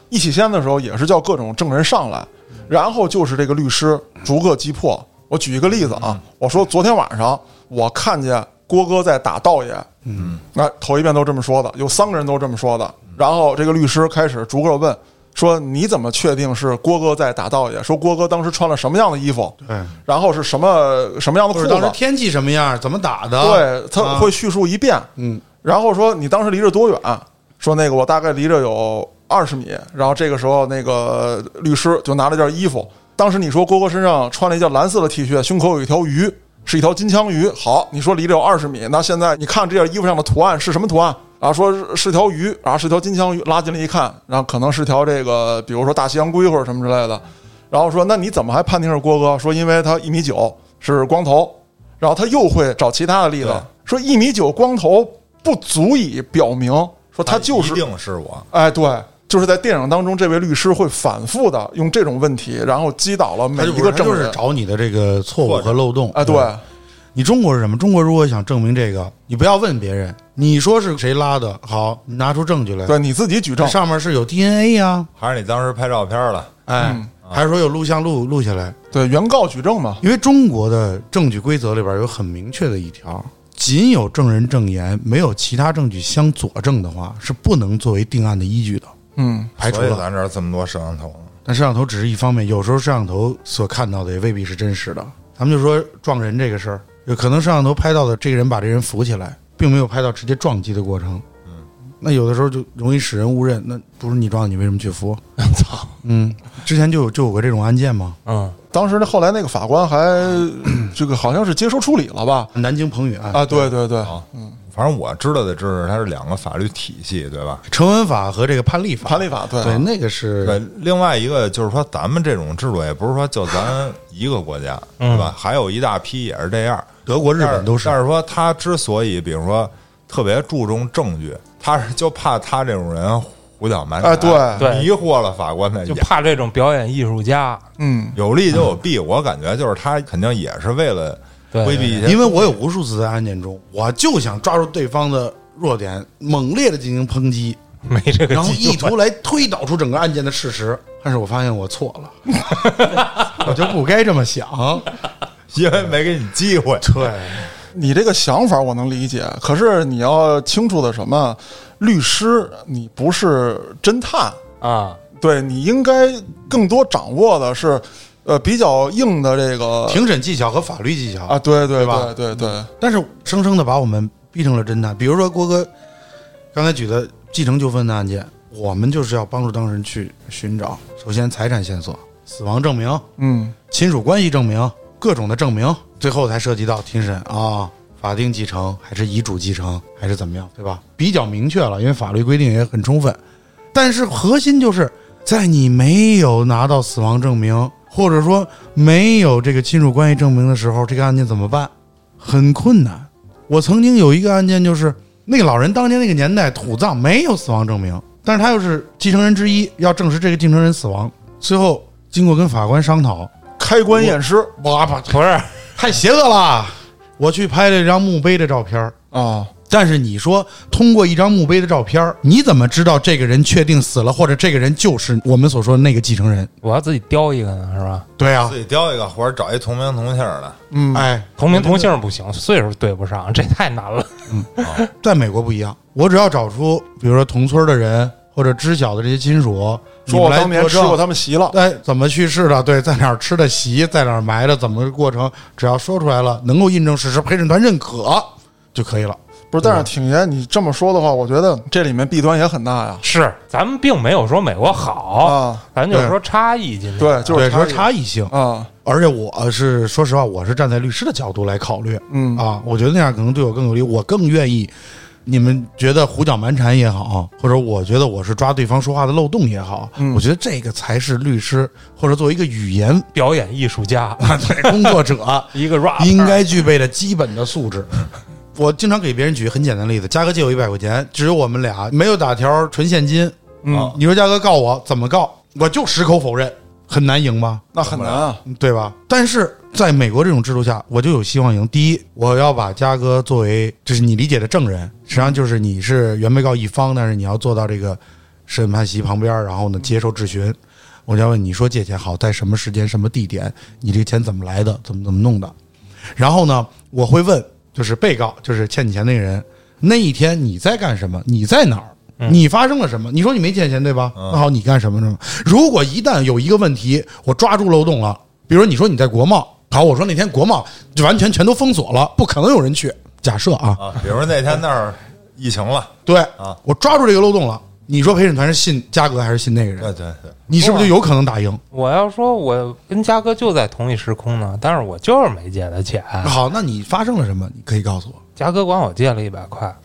S4: 一起先的时候也是叫各种证人上来，
S1: 嗯
S4: 然后就是这个律师逐个击破。我举一个例子
S1: 嗯
S4: 啊，我说昨天晚上我看见郭哥在打道爷，嗯，那头一遍都这么说的，有三个人都这么说的，
S1: 嗯
S4: 然后这个律师开始逐个问。说你怎么确定是郭哥在打道爷？说郭哥当时穿了什么样的衣服？对，然后是什么什么样的
S1: 或
S4: 裤
S1: 者
S4: 子？
S1: 当时天气什么样，怎么打的？
S4: 对，他
S1: 啊
S4: 会叙述一遍，
S1: 嗯，
S4: 然后说你当时离着多远？说那个我大概离着有二十米，然后这个时候那个律师就拿了件衣服，当时你说郭哥身上穿了一件蓝色的 T 恤，胸口有一条鱼，是一条金枪鱼。好，你说离着有二十米，那现在你看这件衣服上的图案是什么图案？啊，说是是条鱼，啊是条金枪鱼，拉近了一看，然后可能是条这个，比如说大西洋龟或者什么之类的。然后说那你怎么还判定是郭哥？说因为他一米九，是光头。然后他又会找其他的例子
S5: 对，
S4: 说一米九光头不足以表明说他就
S5: 一
S4: 是
S5: 定是我。
S4: 哎，对，就是在电影当中，这位律师会反复的用这种问题，然后击倒了每
S1: 他就
S4: 一
S1: 不是
S4: 个
S1: 他
S4: 证
S1: 就是
S4: 人。
S1: 找你的这个错误和漏洞。
S4: 哎，对，
S1: 你中国是什么？中国如果想证明这个，你不要问别人，你说是谁拉的，好，你拿出证据来。
S4: 对，你自己举
S1: 这
S4: 证，
S1: 上面是有 DNA 呀、
S5: 还是你当时拍照片了？
S1: 啊哎，
S4: 嗯
S1: 还是说有录像录录下来？
S4: 对，原告举证嘛，
S1: 因为中国的证据规则里边有很明确的一条，仅有证人证言，没有其他证据相佐证的话，是不能作为定案的依据的，
S4: 嗯，
S1: 排除
S5: 所以
S1: 了。
S5: 咱这儿这么多摄像头呢，
S1: 但摄像头只是一方面，有时候摄像头所看到的也未必是真实的。咱们就说撞人这个事儿，有可能摄像头拍到的这个人把这人扶起来，并没有拍到直接撞击的过程。嗯，那有的时候就容易使人误认，那不是你撞的，你为什么去扶？
S2: 操，
S1: 嗯，之前就有就有过这种案件嘛，
S2: 嗯，
S4: 当时那后来那个法官还这个好像是接受处理了吧？
S1: 南京彭宇案
S4: 啊，对对对，
S5: 好，反正我知道的知识，它是两个法律体系，对吧？
S1: 成文法和这个判例法，
S4: 判例法对
S1: 对那个是
S5: 对，另外一个就是说，咱们这种制度也不是说就 咱一个国家，对吧？还有一大批也是这样，
S1: 嗯德国、日
S5: 但
S1: 本都是
S5: 但是说他之所以，比如说特别注重证据，他是就怕他这种人胡搅蛮缠，
S1: 啊
S4: 哎对
S2: 对
S5: 迷惑了法官的
S2: 就
S5: 眼。
S2: 怕这种表演艺术家，
S4: 嗯，
S5: 有利就有弊，我感觉就是他肯定也是为了
S2: 对
S5: 规避一些，
S1: 因为我有无数次在案件中，我就想抓住对方的弱点，猛烈的进行抨击，
S2: 没这个
S1: 然后意
S2: 技术，
S1: 图来推导出整个案件的事实。但是我发现我错了， 我就不该这么想。 呃
S5: 因为没给你机会。
S1: 对，
S4: 你这个想法我能理解，可是你要清楚的什么，律师你不是侦探，
S2: 啊，
S4: 对你应该更多掌握的是，呃，比较硬的这个
S1: 庭审技巧和法律技巧
S4: 啊，，对对
S1: 对吧嗯
S4: 对对对，
S1: 但是生生的把我们逼成了侦探。比如说郭哥刚才举的继承纠纷的案件，我们就是要帮助当事人去寻找，首先财产线索、死亡证明、
S4: 嗯，
S1: 亲属关系证明、各种的证明，最后才涉及到庭审啊，法定继承还是遗嘱继承还是怎么样，对吧？比较明确了，因为法律规定也很充分。但是核心就是在你没有拿到死亡证明，或者说没有这个亲属关系证明的时候，这个案件怎么办？很困难。我曾经有一个案件，就是那个老人当年那个年代土葬没有死亡证明，但是他又是继承人之一，要证实这个继承人死亡。最后经过跟法官商讨，
S4: 开棺验尸
S1: 哇吧，
S2: 不是
S1: 太邪恶了！我去拍了一张墓碑的照片儿，
S4: 啊，
S1: 但是你说通过一张墓碑的照片儿，你怎么知道这个人确定死了，或者这个人就是我们所说的那个继承人？
S2: 我要自己雕一个呢，是吧？
S1: 对啊
S5: 自，己雕一个，或者找一同名同姓的，
S4: 嗯，
S1: 哎，
S2: 同名同姓不行，岁数对不上，这太难了。
S1: 在美国不一样，我只要找出比如说同村的人或者知晓的这些亲属，你
S4: 说我
S1: 们来
S4: 当年
S1: 作
S4: 吃
S1: 证
S4: 过他们席了，
S1: 哎，怎么去世的？对，在哪儿吃的席，在哪儿埋的，怎么个过程？只要说出来了，能够印证事实，陪审团认可就可以了。
S4: 不是？但是挺爷，你这么说的话，我觉得这里面弊端也很大呀，
S2: 是，咱们并没有说美国好，
S4: 啊，
S2: 咱就是说差异今天。
S4: 对，就是
S1: 对，说
S4: 差
S1: 差异性
S4: 异，啊，
S1: 而且我呃是说实话，我是站在律师的角度来考虑
S4: 嗯
S1: 啊，我觉得那样可能对我更有利，我更愿意。你们觉得胡搅蛮缠也好，或者我觉得我是抓对方说话的漏洞也好，
S4: 嗯
S1: 我觉得这个才是律师或者作为一个语言
S2: 表演艺 术家，
S1: 工作 者
S2: 一个 rap，
S1: 应该具备的基本的素质。 我经常给别人举很简单的例子，嘉哥借我一百块钱，只有我们俩没有打条，纯现金。啊
S4: 嗯，
S1: 你说嘉哥告我怎么告？我就矢口否认，很难赢吧？
S4: 那很难啊，
S1: 嗯对吧？但是在美国这种制度下，我就有希望赢。第一，我要把嘉哥作为就是你理解的证人，实际上就是你是原被告一方，但是你要坐到这个审判席旁边，然后呢接受质询。我就要问你说借钱好，在什么时间、什么地点，你这个钱怎么来的，怎么怎么弄的？然后呢，我会问，就是被告，就是欠你钱那个人，那一天你在干什么？你在哪儿？
S5: 嗯
S1: 你发生了什么？你说你没欠钱对吧？那好，你干什么什么？如果一旦有一个问题，我抓住漏洞了，比如你说你在国贸，好，我说那天国贸就完全全都封锁了，不可能有人去。假设啊，
S5: 啊，比如说那天那儿疫情了，
S1: 对
S5: 啊
S1: 我抓住这个漏洞了，你说陪审团是信嘉哥还是信那个
S5: 对
S1: 人？
S5: 对对，
S1: 你是不是就有可能打赢？
S2: 我要说，我跟嘉哥就在同一时空呢，但是我就是没借他钱。
S5: 嗯
S1: 好，那你发生了什么？你可以告诉我。
S2: 嘉哥管我借了一百块，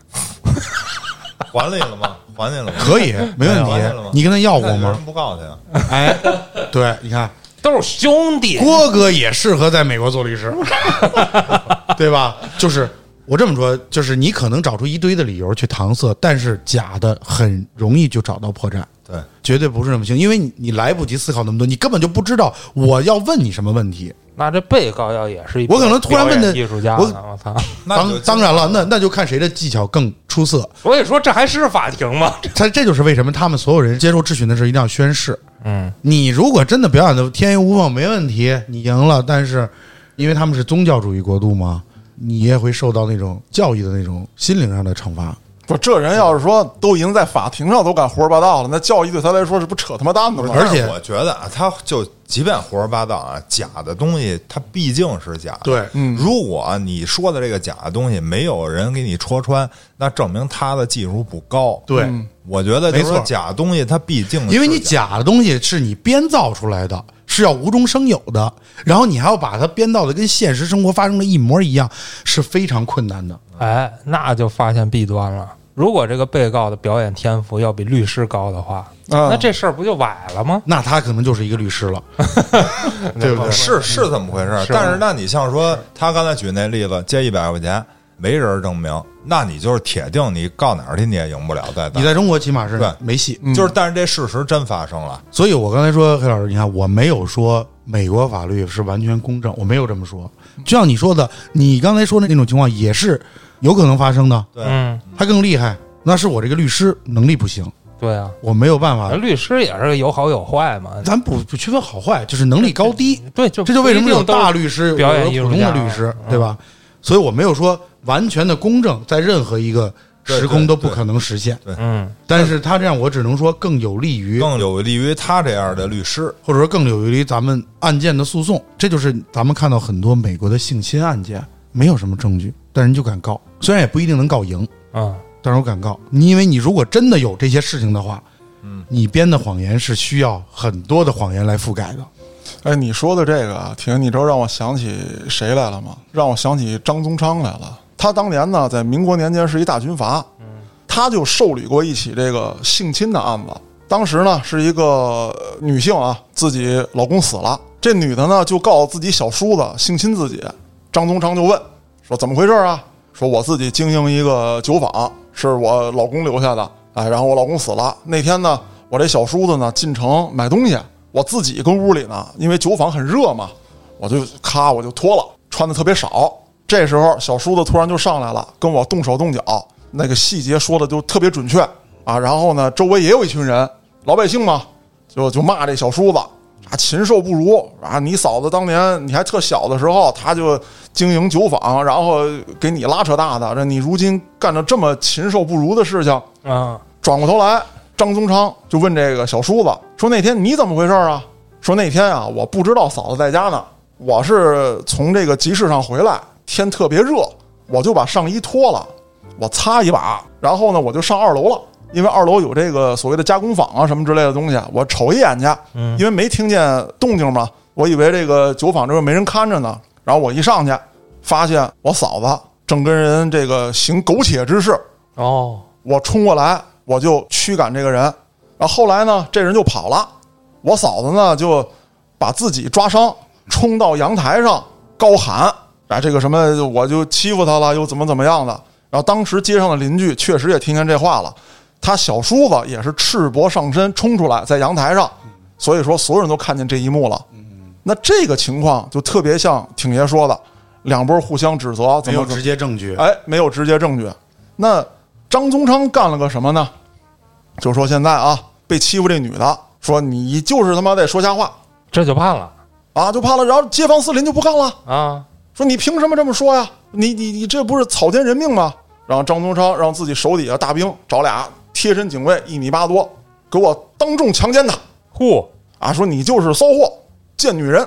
S5: 还你了吗？还你了吗？
S1: 可 以，没问题
S5: 哎呀完了吗。
S1: 你跟他要过
S5: 那有
S1: 吗
S5: 人？不告他呀？
S1: 哎，对，你看，
S2: 都是兄弟。
S1: 郭哥也适合在美国做律师， 对吧？就是我这么说，就是你可能找出一堆的理由去搪塞，但是假的很容易就找到破绽，
S5: 对，
S1: 绝对不是那么行，因为你你来不及思考那么多，你根本就不知道我要问你什么问题。
S2: 那这被告要也是一
S1: 我可能突然问的
S2: 表演艺术家呢，
S1: 我
S2: 我操！
S5: 那你
S1: 当
S5: 就
S1: 当然了，那那就看谁的技巧更出色。
S2: 所以说这还是法庭吗？
S1: 他这就是为什么他们所有人接受质询的时候一定要宣誓。
S2: 嗯，
S1: 你如果真的表演的天衣无缝，没问题，你赢了。但是，因为他们是宗教主义国度嘛，你也会受到那种教义的那种心灵上的惩罚。
S4: 不，这人要是说都已经在法庭上都敢胡说八道了，那教育对他来说是不扯他妈蛋的吗？
S1: 而且
S5: 我觉得啊，他就即便胡说八道啊，假的东西它毕竟是假的。
S1: 对
S5: 嗯，如果你说的这个假的东西没有人给你戳穿，那证明他的技术不高。，
S1: 对，
S5: 我觉得就是说
S1: 没错
S5: 假东西它毕嗯竟是
S1: 因为你
S5: 假
S1: 假的东西是你编造出来的，是要无中生有的，然后你还要把它编造的跟现实生活发生的一模一样，是非常困难的。
S2: 哎，那就发现弊端了。如果这个被告的表演天赋要比律师高的话，
S4: 啊
S2: 那这事儿不就崴了吗？
S1: 那他可能就是一个律师了，对不对？
S5: 是是这么回事儿。
S2: 是
S5: 但是那你像说他刚才举那例子，借一百块钱没人证明，那你就是铁定你告哪儿去你也赢不了再打
S1: 你。在中国起码是
S5: 对
S1: 没戏。
S5: 就是，但是这事实真发生了，
S1: 所以我刚才说，黑老师，你看，我没有说美国法律是完全公正，我没有这么说。就像你说的，你刚才说的那种情况也是有可能发生的，
S5: 对，
S2: 嗯，
S1: 他更厉害，那是我这个律师能力不行，
S2: 对啊，
S1: 我没有办法。
S2: 律师也是有好有坏嘛。
S1: 咱不不区分好坏，就是能力高低，
S2: 对，就
S1: 这就为什么有
S2: 不一定都
S1: 大律师，
S2: 表演
S1: 有
S2: 艺
S1: 有
S2: 术
S1: 普通
S2: 家
S1: 的律师，
S2: 嗯
S1: 对吧？所以我没有说完全的公正，在任何一个时空都不可能实现。
S2: 嗯，
S1: 但是他这样，我只能说更有利于，
S5: 更有利于他这样的律师。
S1: 或者说更有利于咱们案件的诉讼。这就是咱们看到很多美国的性侵案件，没有什么证据，但人就敢告，虽然也不一定能告赢，
S2: 嗯，
S1: 但是我敢告，你因为你如果真的有这些事情的话，嗯，你编的谎言是需要很多的谎言来覆盖的。
S4: 哎，你说的这个啊，婷，你知道让我想起谁来了吗？让我想起张宗昌来了。他当年呢，在民国年间是一大军阀，他就受理过一起这个性侵的案子。当时呢，是一个呃女性啊，自己老公死了，这女的呢就告自己小叔子性侵自己。张宗昌就问说：“怎么回事啊？”说：“我自己经营一个酒坊，是我老公留下的。哎，然后我老公死了那天呢，我这小叔子呢进城买东西，我自己跟屋里呢，因为酒坊很热嘛，我就咔我就脱了，穿的特别少。这时候小叔子突然就上来了，跟我动手动脚，那个细节说的就特别准确啊。然后呢，周围也有一群人，老百姓嘛，就就骂这小叔子啊，禽兽不如啊！你嫂子当年你还特小的时候，她就经营酒坊，然后给你拉扯大的，这你如今干着这么禽兽不如的事情，
S2: 啊，
S4: 转过头来，张宗昌就问这个小叔子说：“那天你怎么回事啊？”说那天啊，我不知道嫂子在家呢，我是从这个集市上回来，天特别热，我就把上衣脱了，我擦一把，然后呢，我就上二楼了。因为二楼有这个所谓的加工坊啊什么之类的东西，我瞅一眼去，因为没听见动静嘛，我以为这个酒坊这边没人看着呢。然后我一上去，发现我嫂子正跟人这个行苟且之事，
S2: 哦，
S4: 我冲过来，我就驱赶这个人。然后后来呢，这人就跑了，我嫂子呢就把自己抓伤，冲到阳台上高喊：“啊，这个什么，我就欺负他了，又怎么怎么样的。”然后当时街上的邻居确实也听见这话了，他小叔子也是赤膊上身冲出来，在阳台上，所以说所有人都看见这一幕了。那这个情况就特别像挺爷说的，两波互相指责，怎么怎么
S1: 接证据
S4: 哎，没有直接证据。那张宗昌干了个什么呢？就说现在啊，被欺负这女的，说你就是他妈在说瞎话
S2: 这就判了
S4: 啊，就怕了。然后街坊四邻就不干了，
S2: 啊，
S4: 说你凭什么这么说呀？你你你这不是草菅人命吗？然后张宗昌让自己手底下大兵找俩贴身警卫，一米八多，给我当众强奸她。
S2: 嚯，
S4: 啊，说你就是骚货，贱女人。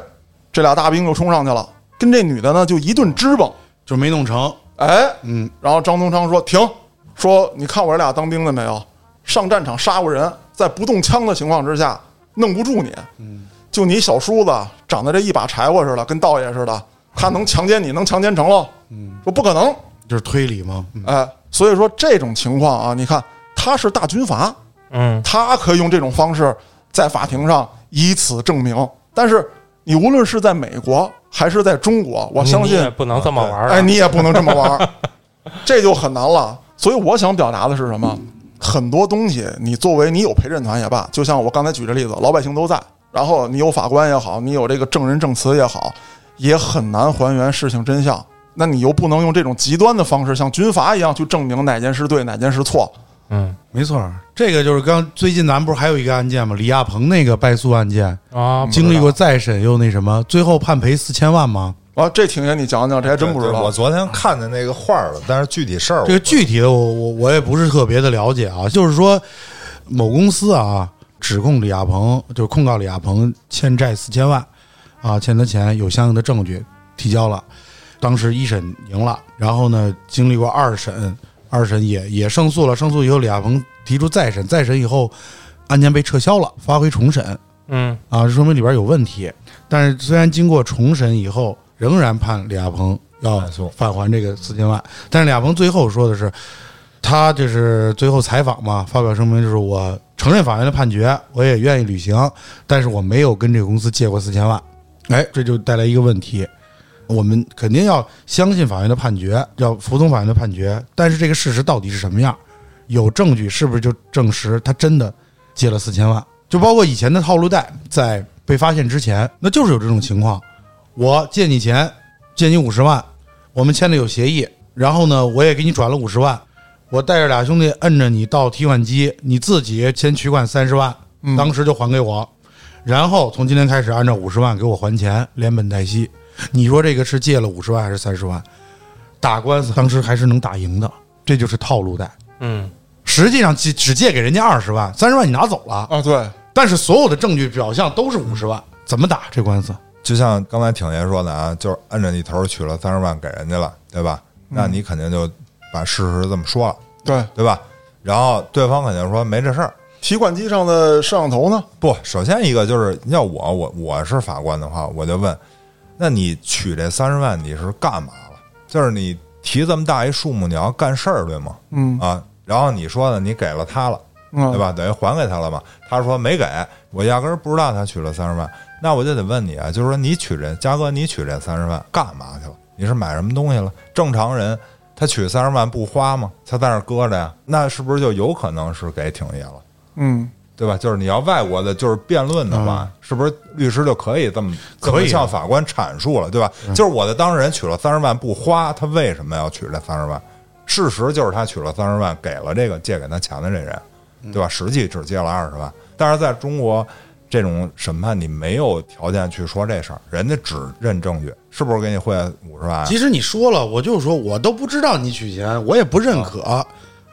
S4: 这俩大兵就冲上去了，跟这女的呢就一顿支棱。
S1: 就没弄成。
S4: 哎，
S1: 嗯，
S4: 然后张宗昌说：“停，说你看我这俩当兵的没有？上战场杀过人，在不动枪的情况之下，弄不住你。就你小叔子长得这一把柴火似的，跟道爷似的，他能强奸你能强奸成喽？说不可能。
S1: 就是推理嘛。嗯
S4: 哎，所以说这种情况啊，你看他是大军阀，
S2: 嗯，
S4: 他可以用这种方式在法庭上以此证明。但是你无论是在美国还是在中国，我相
S2: 你
S4: 信
S2: 也不能这么玩儿啊，
S4: 哎，你也不能这么玩儿，这就很难了。所以我想表达的是什么？很多东西，你作为你有陪审团也罢，就像我刚才举的例子，老百姓都在，然后你有法官也好，你有这个证人证词也好，也很难还原事情真相。那你又不能用这种极端的方式，像军阀一样去证明哪件事对，哪件事错。
S2: 嗯
S1: 没错儿，这个就是刚最近咱们不是还有一个案件吗？李亚鹏那个败诉案件，
S2: 啊，不知道
S1: 经历过再审又那什么，最后判赔四千万吗？
S4: 啊，这挺爷你讲讲，这还真不知
S5: 对对
S4: 道
S5: 我。昨天看见那个画儿了，但是具体事儿我
S1: 这个具体的我我我也不是特别的了解啊，就是说某公司啊指控李亚鹏，就是控告李亚鹏欠债四千万啊，欠他钱有相应的证据提交了，当时一审赢了，然后呢经历过二审，二审也也胜诉了，胜诉以后李亚鹏提出再审，再审以后案件被撤销了，发回重审
S2: 嗯
S1: 啊，说明里边有问题。但是虽然经过重审以后，仍然判李亚鹏要
S5: 判诉
S1: 返还这个四千万，但是李亚鹏最后说的是。他这是最后采访嘛，发表声明就是我承认法院的判决，我也愿意履行，但是我没有跟这个公司借过四千万。哎，这就带来一个问题，我们肯定要相信法院的判决，要服从法院的判决，但是这个事实到底是什么样？有证据是不是就证实他真的借了四千万？就包括以前的套路贷，在被发现之前，那就是有这种情况，我借你钱，借你五十万，我们签了有协议，然后呢，我也给你转了五十万，我带着俩兄弟摁着你到提款机，你自己先取款三十万，当时就还给我，然后从今天开始按照五十万给我还钱，连本带息。你说这个是借了五十万还是三十万？打官司当时还是能打赢的，这就是套路贷。
S2: 嗯
S1: 实际上只只借给人家二十万，三十万你拿走了，
S4: 啊，对，
S1: 但是所有的证据表象都是五十万，怎么打这官司？
S5: 就像刚才挺爷说的啊，就是摁着你头儿取了三十万给人家了，对吧？
S4: 嗯
S5: 那你肯定就把事实这么说了，
S4: 对，
S5: 对吧？然后对方肯定说没这事儿。
S4: 提款机上的摄像头呢？
S5: 不，首先一个就是要我，我我是法官的话，我就问，那你取这三十万你是干嘛了？就是你提这么大一数目，你要干事儿对吗？
S4: 嗯
S5: 啊，然后你说呢，你给了他了。
S4: 嗯，
S5: 对？吧？等于还给他了嘛。他说没给，我压根儿不知道他取了三十万，那我就得问你啊，就是说你取这，嘉哥，你取这三十万干嘛去了？你是买什么东西了？正常人他取三十万不花吗？他在那儿搁着呀，那是不是就有可能是给挺爷了？
S4: 嗯，
S5: 对吧？就是你要外国的，就是辩论的话，是不是律师就可以这么这
S1: 啊可
S5: 么
S1: 以啊嗯
S5: 向法官阐述了，对吧？就是我的当事人取了三十万不花，他为什么要取这三十万？事实就是他取了三十万，给了这个借给他钱的这人，
S1: 嗯
S5: 对吧？实际只借了二十万，但是在中国这种审判，你没有条件去说这事儿，人家只认证据，是不是给你汇五十万啊？
S1: 其实你说了，我就说我都不知道你取钱，我也不认
S4: 啊
S1: 可，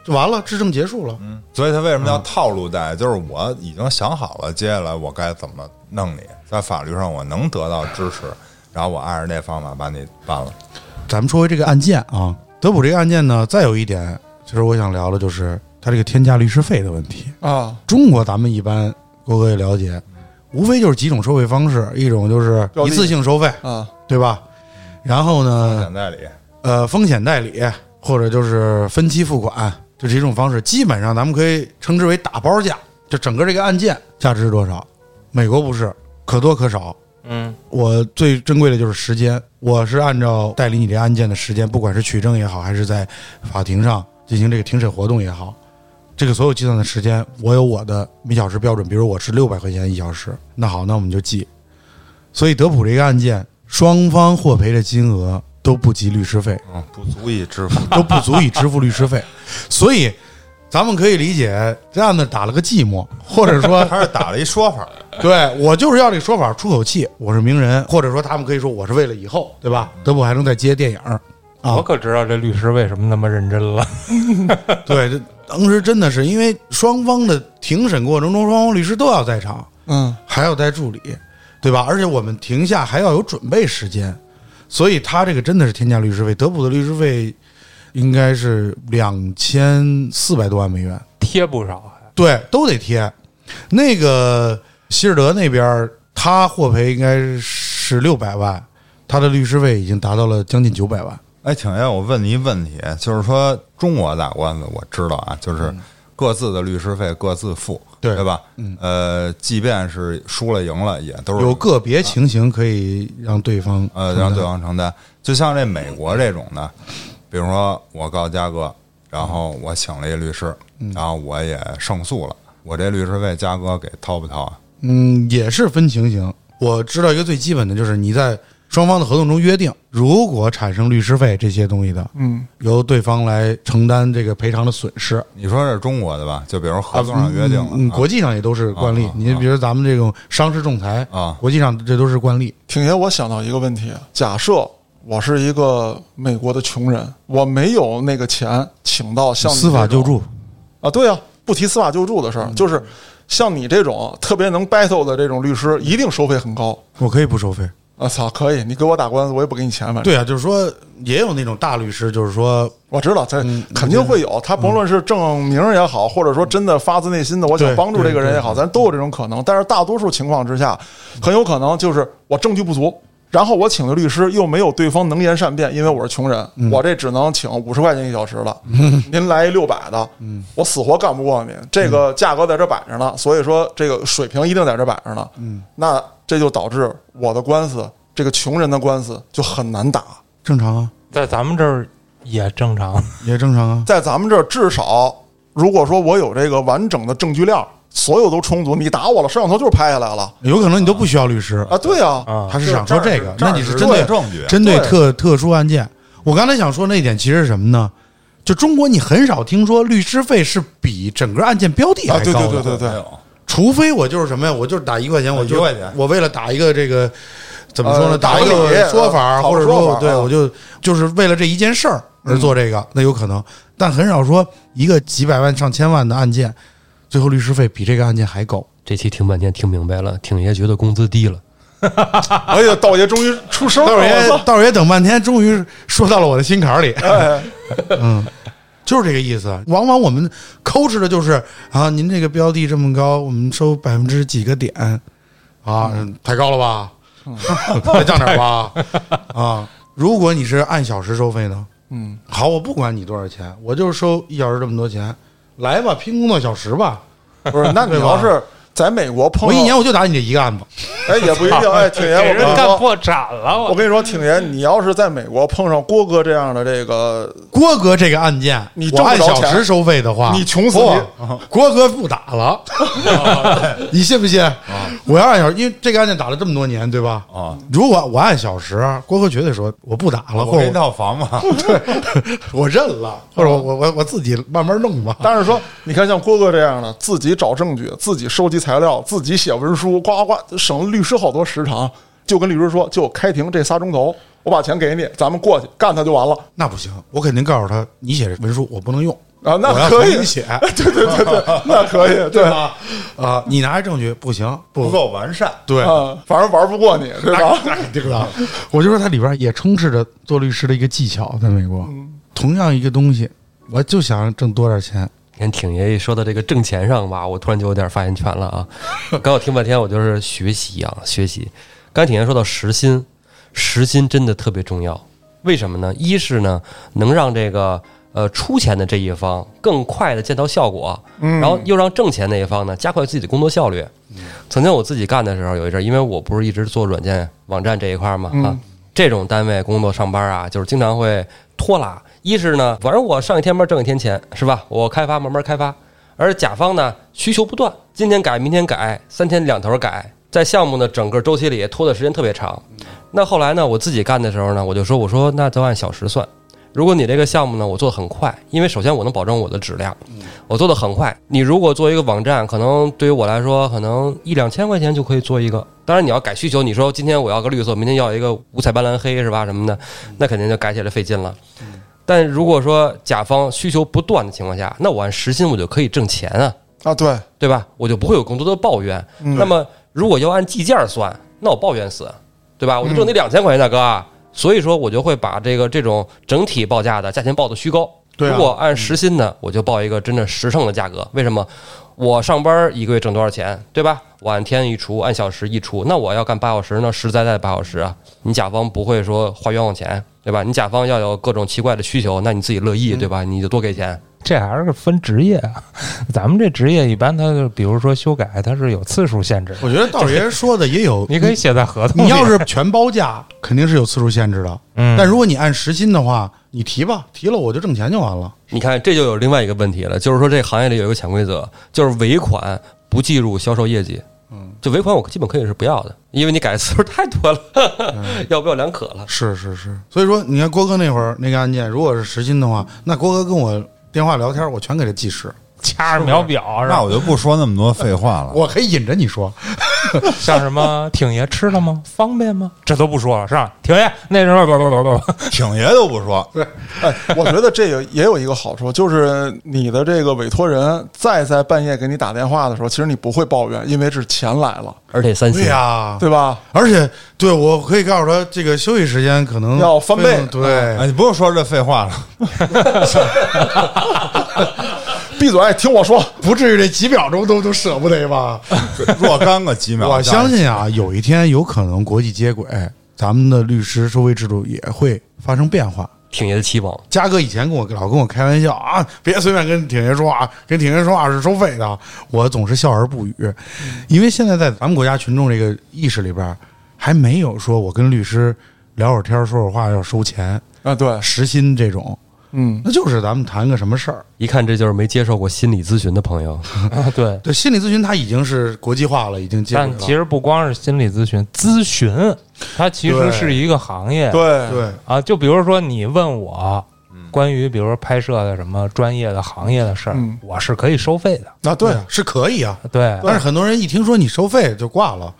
S1: 就完了，质证结束了。
S4: 嗯
S5: 所以他为什么
S1: 嗯
S5: 叫套路贷？就是我已经想好了，接下来我该怎么弄你，在法律上我能得到支持，然后我按着那方法把你办了。
S1: 咱们说回这个案件啊，德普这个案件呢，再有一点，其实我想聊的就是他这个天价律师费的问题。
S4: 啊，
S1: 中国咱们一般郭哥也了解，无非就是几种收费方式，一种就是
S4: 标
S1: 一
S4: 的嗯
S1: 次性收费，
S4: 啊，
S1: 对吧？然后呢，
S5: 简代理，
S1: 呃风险代理或者就是分期付款，这是一种方式。基本上咱们可以称之为打包价，就整个这个案件价值是多少？美国不是可多可少。
S2: 嗯
S1: 我最珍贵的就是时间，我是按照代理你这案件的时间，不管是取证也好，还是在法庭上进行这个庭审活动也好，这个所有计算的时间，我有我的每小时标准，比如我是六百块钱一小时，那好，那我们就记。所以德普这个案件，双方获赔的金额都不及律师费，
S5: 嗯，不足以支付。
S1: 都不足以支付律师费，所以咱们可以理解这案子打了个寂寞，或者说，
S5: 他是打了一说法，
S1: 嗯对我就是要这说法出口气，我是名人，或者说他们可以说我是为了以后，对吧？德普还能再接电影儿啊
S2: 我，可知道这律师为什么那么认真了。
S1: 对，这当时真的是因为双方的庭审过程中，双方律师都要在场，
S4: 嗯，
S1: 还要带助理，对吧？而且我们停下还要有准备时间，所以他这个真的是天价律师费。德普的律师费应该是两千四百多万美元，
S2: 贴不少啊还，
S1: 对，都得贴。那个希尔德那边儿，他获赔应该是六百万，他的律师费已经达到了将近九百万。
S5: 哎，挺爷，我问你一问题，就是说中国打官司，我知道啊，就是各自的律师费各自付，
S1: 嗯对嗯
S5: 对吧？呃，即便是输了赢了，也都是
S1: 有个别情形可以让对方
S5: 呃，让对方承担。就像这美国这种的，比如说我告嘉哥，然后我请了一律师，然后我也胜诉了，我这律师费嘉哥给掏不掏啊？
S1: 嗯，也是分情形。我知道一个最基本的就是你在双方的合同中约定，如果产生律师费这些东西的，
S4: 嗯，
S1: 由对方来承担这个赔偿的损失。
S5: 你说这是中国的吧？就比如合同上啊约定了，
S1: 嗯，
S5: 啊
S1: 国际上也都是惯例
S5: 啊啊。
S1: 你比如咱们这种商事仲裁
S5: 啊
S1: 国际上这都是惯例。
S4: 挺爷，我想到一个问题：啊假设我是一个美国的穷人，我没有那个钱请到像你
S1: 司法
S4: 这种
S1: 救助，嗯
S4: 啊，对啊，不提司法救助的事儿，就是像你这种特别能 battle 的这种律师，一定收费很高。
S1: 我可以不收费。
S4: 啊操，可以，你给我打官司，我也不给你钱，反正
S1: 对啊，就是说也有那种大律师，就是说
S4: 我知道这
S1: 嗯
S4: 肯定会有，他甭论是证明也好，或者说真的发自内心的我想
S1: 对
S4: 帮助这个人也好，
S1: 对对
S4: 咱都有这种可能。但是大多数情况之下，很有可能就是我证据不足，然后我请的律师又没有对方能言善辩，因为我是穷人，
S1: 嗯
S4: 我这只能请五十块钱一小时了。您来一六百的，
S1: 嗯
S4: 我死活干不过你，这个价格在这摆着呢，所以说这个水平一定在这摆着呢。
S1: 嗯
S4: 那这就导致我的官司，这个穷人的官司就很难打。
S1: 正常啊，
S2: 在咱们这儿也正常。
S1: 也正常啊。
S4: 在咱们这儿，至少如果说我有这个完整的证据量，所有都充足，你打我了，摄像头就是拍下来了
S1: 有可能你都不需要律师
S4: 啊，对啊，
S2: 啊
S1: 他是想说这个，
S5: 这儿
S1: 那你是
S5: 这儿
S1: 针对
S5: 有证据啊
S1: 针对
S4: 对
S1: 特特殊案件。我刚才想说那一点其实是什么呢？就中国，你很少听说律师费是比整个案件标的
S4: 啊
S1: 还
S4: 对
S1: 高的，
S4: 对对
S5: 没有
S1: 除非我就是什么呀，我就是打一
S4: 啊
S1: 块钱，我就
S5: 一块钱
S1: 我为了打一个这个怎么说呢，
S4: 呃
S1: 打一
S4: 打个
S1: 个
S4: 理
S1: 说法，
S4: 呃好
S1: 或者
S4: 说
S1: 说
S4: 法
S1: 对
S4: 啊嗯
S1: 我就就是为了这一件事儿而做这个，那有可能，但很少说一个几百万上千万的案件，最后律师费比这个案件还高。
S3: 这期听半天听明白了，挺爷觉得工资低了，
S4: 哎呀，道爷终于出 声了，
S1: 道儿
S4: 我
S1: 爷
S4: 操，
S1: 道儿爷等半天，终于说到了我的心坎儿里。 嗯
S4: 哎，
S1: 就是这个意思。往往我们抠哧的就是啊，您这个标的这么高，我们收百分之几个点啊，
S4: 嗯
S1: 太高了吧？ 再降点 吧啊！如果你是按小时收费呢？
S4: 嗯，
S1: 好，我不管你多少钱，我就收一小时这么多钱，来吧，拼工作小时吧。
S4: 不是，那你要是在美国碰
S1: 我
S4: 到
S1: 一年，我就打你这一个案子，
S4: 哎，也不一定，哎，挺爷，
S2: 给
S4: 我跟
S2: 人
S4: 你
S2: 干
S4: 说。
S2: 破产了，
S4: 我
S2: 我
S4: 跟你说，挺爷，你要是在美国碰上郭哥这样的这个，
S1: 郭哥这个案件，
S4: 你
S1: 我
S4: 挣不着
S1: 按
S4: 钱
S1: 小时收费的话，
S4: 你啊哦穷死
S1: 嚯郭哥不打 了， 你信不信？
S4: 啊
S1: 我要按小时，因为这个案件打了这么多年，对吧？
S5: 啊。
S1: 如果我按小时，郭哥绝对说我不打了，
S5: 我
S1: 或
S5: 给你
S1: 者
S5: 套房 嘛，
S1: 我我认了，或者我我我我自己慢慢弄吧。
S4: 但是说，你看像郭哥这样的，自己找证据，自己收集材料，自己写文书，呱呱呱，省律师好多时长。就跟律师说，就开庭这仨钟头，我把钱给你，咱们过去干他就完了。
S1: 那不行，我肯定告诉他，你写这文书我不能用
S4: 啊那
S1: 我要
S4: 可
S1: 重
S4: 以
S1: 新写
S4: 对对对对，那可以，对吧？
S1: 啊，你拿着证据不行，
S5: 不
S1: 不
S5: 够完善。
S1: 对，
S4: 嗯，反正玩不过你，对吧？
S1: 对吧？我就说它里边也充斥着做律师的一个技巧，在美国，
S2: 嗯
S1: 同样一个东西，我就想挣多点钱，
S3: 看挺爷一说到这个挣钱上吧，我突然就有点发言权了啊！ 刚我听半天，我就是学习啊，学习。刚才挺爷说到时薪，时薪真的特别重要，为什么呢？一是呢，能让这个呃出钱的这一方更快的见到效果，然后又让挣钱那一方呢加快自己的工作效率。曾经我自己干的时候有一阵儿，因为我不是一直做软件网站这一块儿嘛，啊，这种单位工作上班啊，就是经常会拖拉。一是呢，反正我上一天班挣一天钱，是吧？我开发慢慢开发，而甲方呢需求不断，今天改，明天改，三天两头改，在项目的整个周期里拖的时间特别长。那后来呢，我自己干的时候呢，我就说，我说那就按小时算。如果你这个项目呢，我做的很快，因为首先我能保证我的质量，我做的很快。你如果做一个网站，可能对于我来说，可能一两千块钱就可以做一个。当然你要改需求，你说今天我要个绿色，明天要一个五彩斑斓黑是吧什么的，那肯定就改起来费劲了。但如果说甲方需求不断的情况下，那我按时薪我就可以挣钱啊，
S4: 啊，对，
S3: 对吧？我就不会有更多的抱怨。
S1: 嗯
S3: 那么如果要按计件儿算，那我抱怨死，对吧？我就挣
S1: 嗯
S3: 你两千块钱，大哥啊。所以说我就会把这个这种整体报价的价钱报的虚高。
S1: 对啊
S3: 如果按时薪呢，我就报一个真正实诚的价格。为什么？我上班一个月挣多少钱，对吧？我按天一除，按小时一除，那我要干八小时呢，实实在在的八小时啊。你甲方不会说花冤枉钱，对吧？你甲方要有各种奇怪的需求，那你自己乐意，对吧？你就多给钱。
S2: 这还是分职业啊。咱们这职业一般，它就比如说修改，它是有次数限制的，
S1: 我觉得道爷说的也有，
S2: 你可以写在合同里。
S1: 你要是全包 价，肯定是有次数限制的。
S2: 嗯
S1: 但如果你按时薪的话，你提吧，提了我就挣钱就完了。
S3: 你看，这就有另外一个问题了，就是说这行业里有一个潜规则，就是尾款不计入销售业绩。
S1: 嗯，
S3: 就尾款我基本可以是不要的，因为你改的次数太多了， 要不要两可了。
S1: 是是是，所以说你看郭哥那会儿那个案件，如果是实心的话，那郭哥跟我电话聊天，我全给他计时，
S2: 掐着秒表啊是
S5: 那
S2: 吧？
S5: 我就不说那么多废话了。
S1: 我可以引着你说，
S2: 像什么挺爷吃了 吗？方便吗？这都不说了，是吧？挺爷那什么不不不不不，
S5: 挺爷都不 说，
S4: 哎，我觉得这个也有一个好处，就是你的这个委托人再在半夜给你打电话的时候，其实你不会抱怨，因为是钱来了，
S3: 而且三星
S1: 对呀、
S4: 对吧？
S1: 而且对我可以告诉他，这个休息时间可能
S4: 要翻倍
S1: 对，
S5: 哎，你不用说这废话 了。
S4: 闭嘴，听我说，
S1: 不至于这几秒钟都都舍不得吧？
S5: 若干个几秒，
S1: 我相信啊，有一天有可能国际接轨，咱们的律师收费制度也会发生变化。
S3: 挺爷的期望。
S1: 嘉哥以前跟我老跟我开玩笑啊， 别随便跟挺爷说话，跟挺爷说话是收费的。我总是笑而不语，因为现在在咱们国家群众这个意识里边，还没有说我跟律师聊会儿天儿说会儿话要收钱，
S4: 啊，对，
S1: 时薪这种，
S4: 嗯，
S1: 那就是咱们谈个什么事儿。
S3: 一看这就是没接受过心理咨询的朋友，
S2: 啊 对。
S1: 对，心理咨询它已经是国际化了，已经接轨了。
S2: 但其实不光是心理咨询，咨询它其实
S1: 对
S2: 是一个行业。
S4: 对，
S1: 对，
S2: 啊，就比如说你问我关于比如说拍摄的什么专业的行业的事儿，
S4: 嗯
S2: 我是可以收费的。
S4: 啊，对，
S1: 啊是可以啊。
S2: 对，
S1: 但是很多人一听说你收费就挂 了，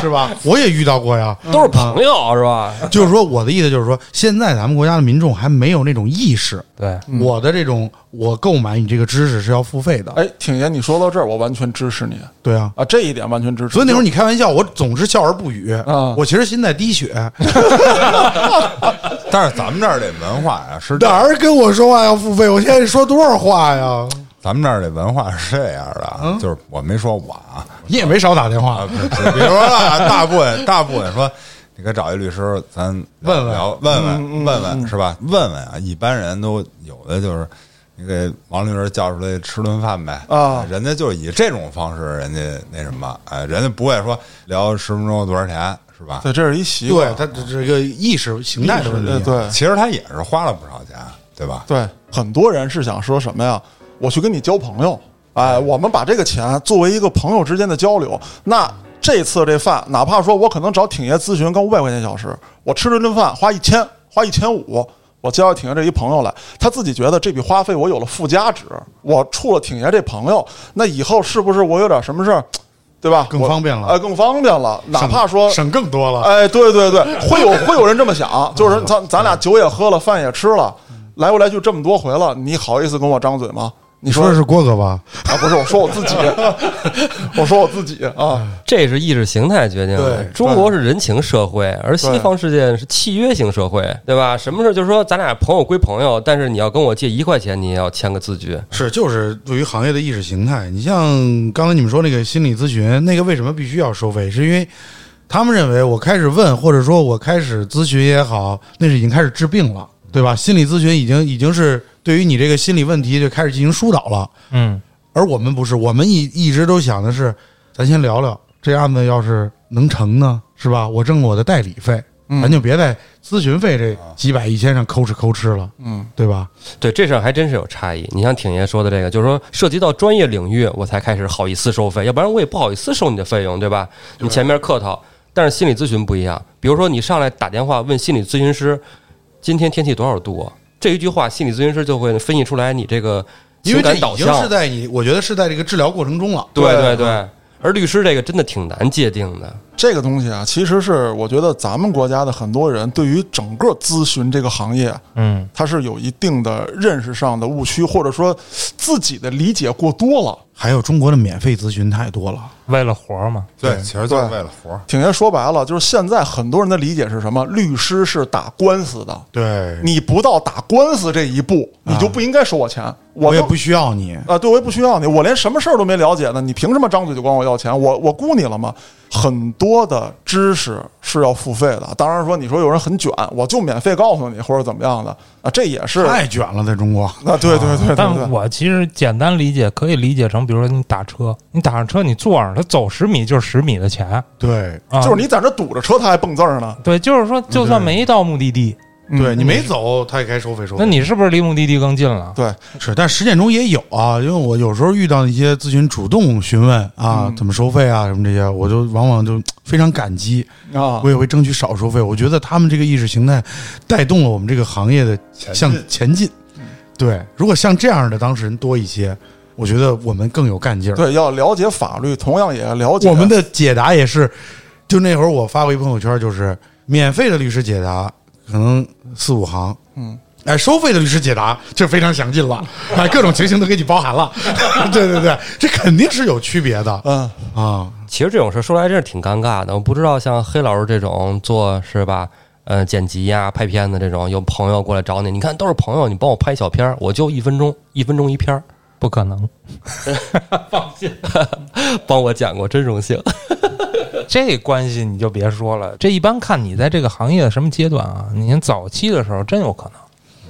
S1: 是吧？我也遇到过呀。
S3: 都是朋友是吧？
S1: 就是说，我的意思就是说，现在咱们国家的民众还没有那种意识。
S2: 对，
S1: 我的这种，我购买你这个知识是要付费的。
S4: 哎，挺爷，你说到这儿，我完全支持你
S1: 对啊，
S4: 啊，这一点完全支持。
S1: 所以那时候你开玩笑，我总是笑而不语。
S4: 啊
S1: 我其实心在滴血，
S5: 但是咱们这儿这文化呀、是 这
S1: 哪儿跟我说话要付费？我现在说多少话呀？
S5: 咱们这儿这文化是这样的，啊，就是我没说我啊，
S1: 你也没少打电话
S5: 啊，，不 是比如说啊，大部分大部分说，你可找一律师，咱聊
S1: 问问
S5: 聊问问问问是吧？问问啊，一般人都有的就是。你给王律师叫出来吃顿饭呗
S4: 啊
S5: 人家就以这种方式，人家那什么，哎，人家不会说聊十分钟多少钱，是吧？
S4: 对，这是一习
S1: 对
S4: 惯，
S1: 他这这个意识形态的问
S4: 呃
S1: 题。啊
S4: 对
S5: 其实他也是花了不少钱，对吧？
S4: 对，很多人是想说什么呀？我去跟你交朋友，哎，我们把这个钱作为一个朋友之间的交流。那这次这饭，哪怕说我可能找挺爷咨询，刚五百块钱一小时，我吃了顿饭花一千，花一千五。我交了挺爷这一朋友来，他自己觉得这笔花费我有了附加值，我处了挺爷这朋友，那以后是不是我有点什么事儿，对吧？
S1: 更
S4: 我
S1: 方便了
S4: 哎，更方便了。哪怕说
S1: 省更多了。
S4: 哎，对对 对，会有会有人这么想，就是咱咱俩酒也喝了，饭也吃了，来回来去这么多回了，你好意思跟我张嘴吗？你
S1: 你说的是郭哥吧？
S4: 啊？不是，我说我 自己，我说我自己啊，
S3: 这是意识形态决定的。
S1: 对
S3: 中国是人情社会，而西方世界是契约型社会，对吧？什么事儿就是说咱俩朋友归朋友，但是你要跟我借一块钱，你也要签个字据。
S1: 是，就是对于行业的意识形态。你像刚才你们说那个心理咨询，那个为什么必须要收费？是因为他们认为我开始问，或者说我开始咨询也好，那是已经开始治病了，对吧？心理咨询已经已经是对于你这个心理问题就开始进行疏导了。
S2: 嗯，
S1: 而我们不是，我们一一直都想的是，咱先聊聊这案子，要是能成呢，是吧？我挣我的代理费，咱就别在咨询费这几百一千上抠哧抠哧了，嗯，对吧？
S3: 对这事儿还真是有差异。你像挺爷说的这个，就是说涉及到专业领域，我才开始好意思收费，要不然我也不好意思收你的费用，对吧？你前面客套，但是心理咨询不一样。比如说你上来打电话问心理咨询师，今天天气多少度啊？这一句话，心理咨询师就会分析出来你这个
S1: 因为这
S3: 情感
S1: 已
S3: 导
S1: 经
S3: 向
S1: 是。在嗯你，我觉得是在这个治疗过程中了。
S3: 对对对，而律师这个真的挺难界定的。
S4: 这个东西啊，其实是我觉得咱们国家的很多人对于整个咨询这个行业，
S2: 嗯，
S4: 他是有一定的认识上的误区，或者说自己的理解过多了。
S1: 还有中国的免费咨询太多了，
S2: 为了活儿嘛，
S5: 对，其实就是为了活儿。
S4: 挺爷说白了，就是现在很多人的理解是什么？律师是打官司的，
S1: 对
S4: 你不到打官司这一步，你就不应该收我钱。
S1: 啊我
S4: 都
S1: 也不需要你。
S4: 啊，对我也不需要你，我连什么事儿都没了解呢，你凭什么张嘴就管我要钱？我我雇你了吗？很多的知识是要付费的，当然说你说有人很卷，我就免费告诉你或者怎么样的啊，这也是啊，
S1: 太卷了，在中国，
S4: 对对对对对
S2: 但我其实简单理解可以理解成，比如说你打车，你打上车你坐上，他走十米就是十米的钱
S1: 对
S2: 啊，
S4: 就是你在这堵着车，他还蹦字儿呢，
S2: 对，就是说就算没到目的地，
S4: 嗯
S1: 对你没走，他也该收费收费。
S2: 那你是不是离目的地更近了？
S4: 对，
S1: 是，但实践中也有啊，因为我有时候遇到一些咨询主动询问啊，怎么收费啊，什么这些，我就往往就非常感激
S4: 啊
S1: 我也会争取少收费。我觉得他们这个意识形态带动了我们这个行业的
S5: 前进
S1: 向前进。对，如果像这样的当事人多一些，我觉得我们更有干劲儿。
S4: 对，要了解法律，同样也要了解
S1: 我们的解答也是，就那会儿我发过一朋友圈，就是免费的律师解答，可能四五行，嗯，哎，收费的律师解答就非常详尽 了，哎，各种情形都给你包含了， 对对对，这肯定是有区别的
S4: 嗯
S1: 啊，
S3: 其实这种事儿说来真是挺尴尬的，我不知道像黑老师这种做是吧？呃，剪辑呀、拍片子这种，有朋友过来找你，你看都是朋友，你帮我拍小片儿，我就一分钟， 一分钟一片儿，
S2: 不可能，
S3: 帮我剪过，真荣幸。
S2: 这关系你就别说了。这一般看你在这个行业的什么阶段啊？你看早期的时候真有可能，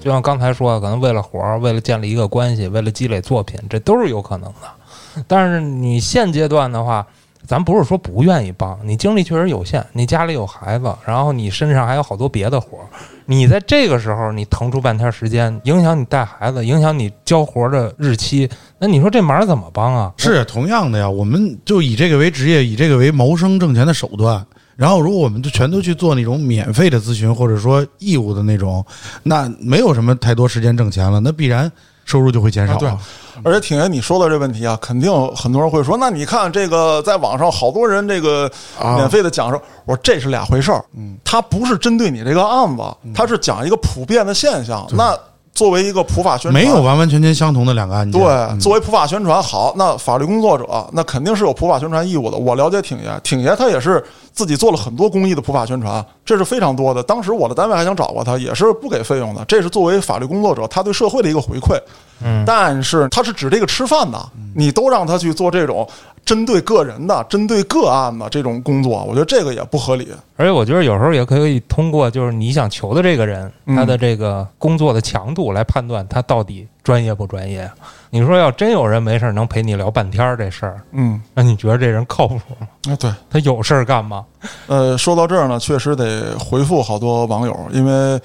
S2: 就像刚才说，的，可能为了活儿，为了建立一个关系，为了积累作品，这都是有可能的。但是你现阶段的话，咱不是说不愿意帮，你精力确实有限，你家里有孩子，然后你身上还有好多别的活儿，你在这个时候你腾出半天时间，影响你带孩子，影响你交活儿的日期，那你说这忙怎么帮啊？
S1: 是同样的呀，我们就以这个为职业，以这个为谋生挣钱的手段。然后，如果我们就全都去做那种免费的咨询，或者说义务的那种，那没有什么太多时间挣钱了，那必然收入就会减
S4: 啊
S1: 少
S4: 对
S1: 了。，
S4: 而且挺爷你说的这问题啊，肯定有很多人会说，那你看这个在网上好多人这个
S1: 啊
S4: 免费的讲授，我说这是俩回事儿，嗯，他不是针对你这个案子，
S1: 嗯
S4: 他是讲一个普遍的现象。那作为一个普法宣传，
S1: 没有完完全全相同的两个案件。嗯
S4: 对，作为普法宣传，好，那法律工作者那肯定是有普法宣传义务的。我了解挺爷，挺爷他也是自己做了很多公益的普法宣传，这是非常多的。当时我的单位还想找过他，也是不给费用的。这是作为法律工作者他对社会的一个回馈。嗯，但是他是指这个吃饭的，你都让他去做这种针对个人的、针对个案的这种工作，我觉得这个也不合理。
S2: 而且我觉得有时候也可以通过就是你想求的这个人
S4: 嗯
S2: 他的这个工作的强度来判断他到底专业不专业。你说要真有人没事儿能陪你聊半天儿这事儿，
S4: 嗯，
S2: 那你觉得这人靠谱吗？
S4: 啊，对。
S2: 他有事儿干吗？
S4: 呃，说到这儿呢，确实得回复好多网友，因为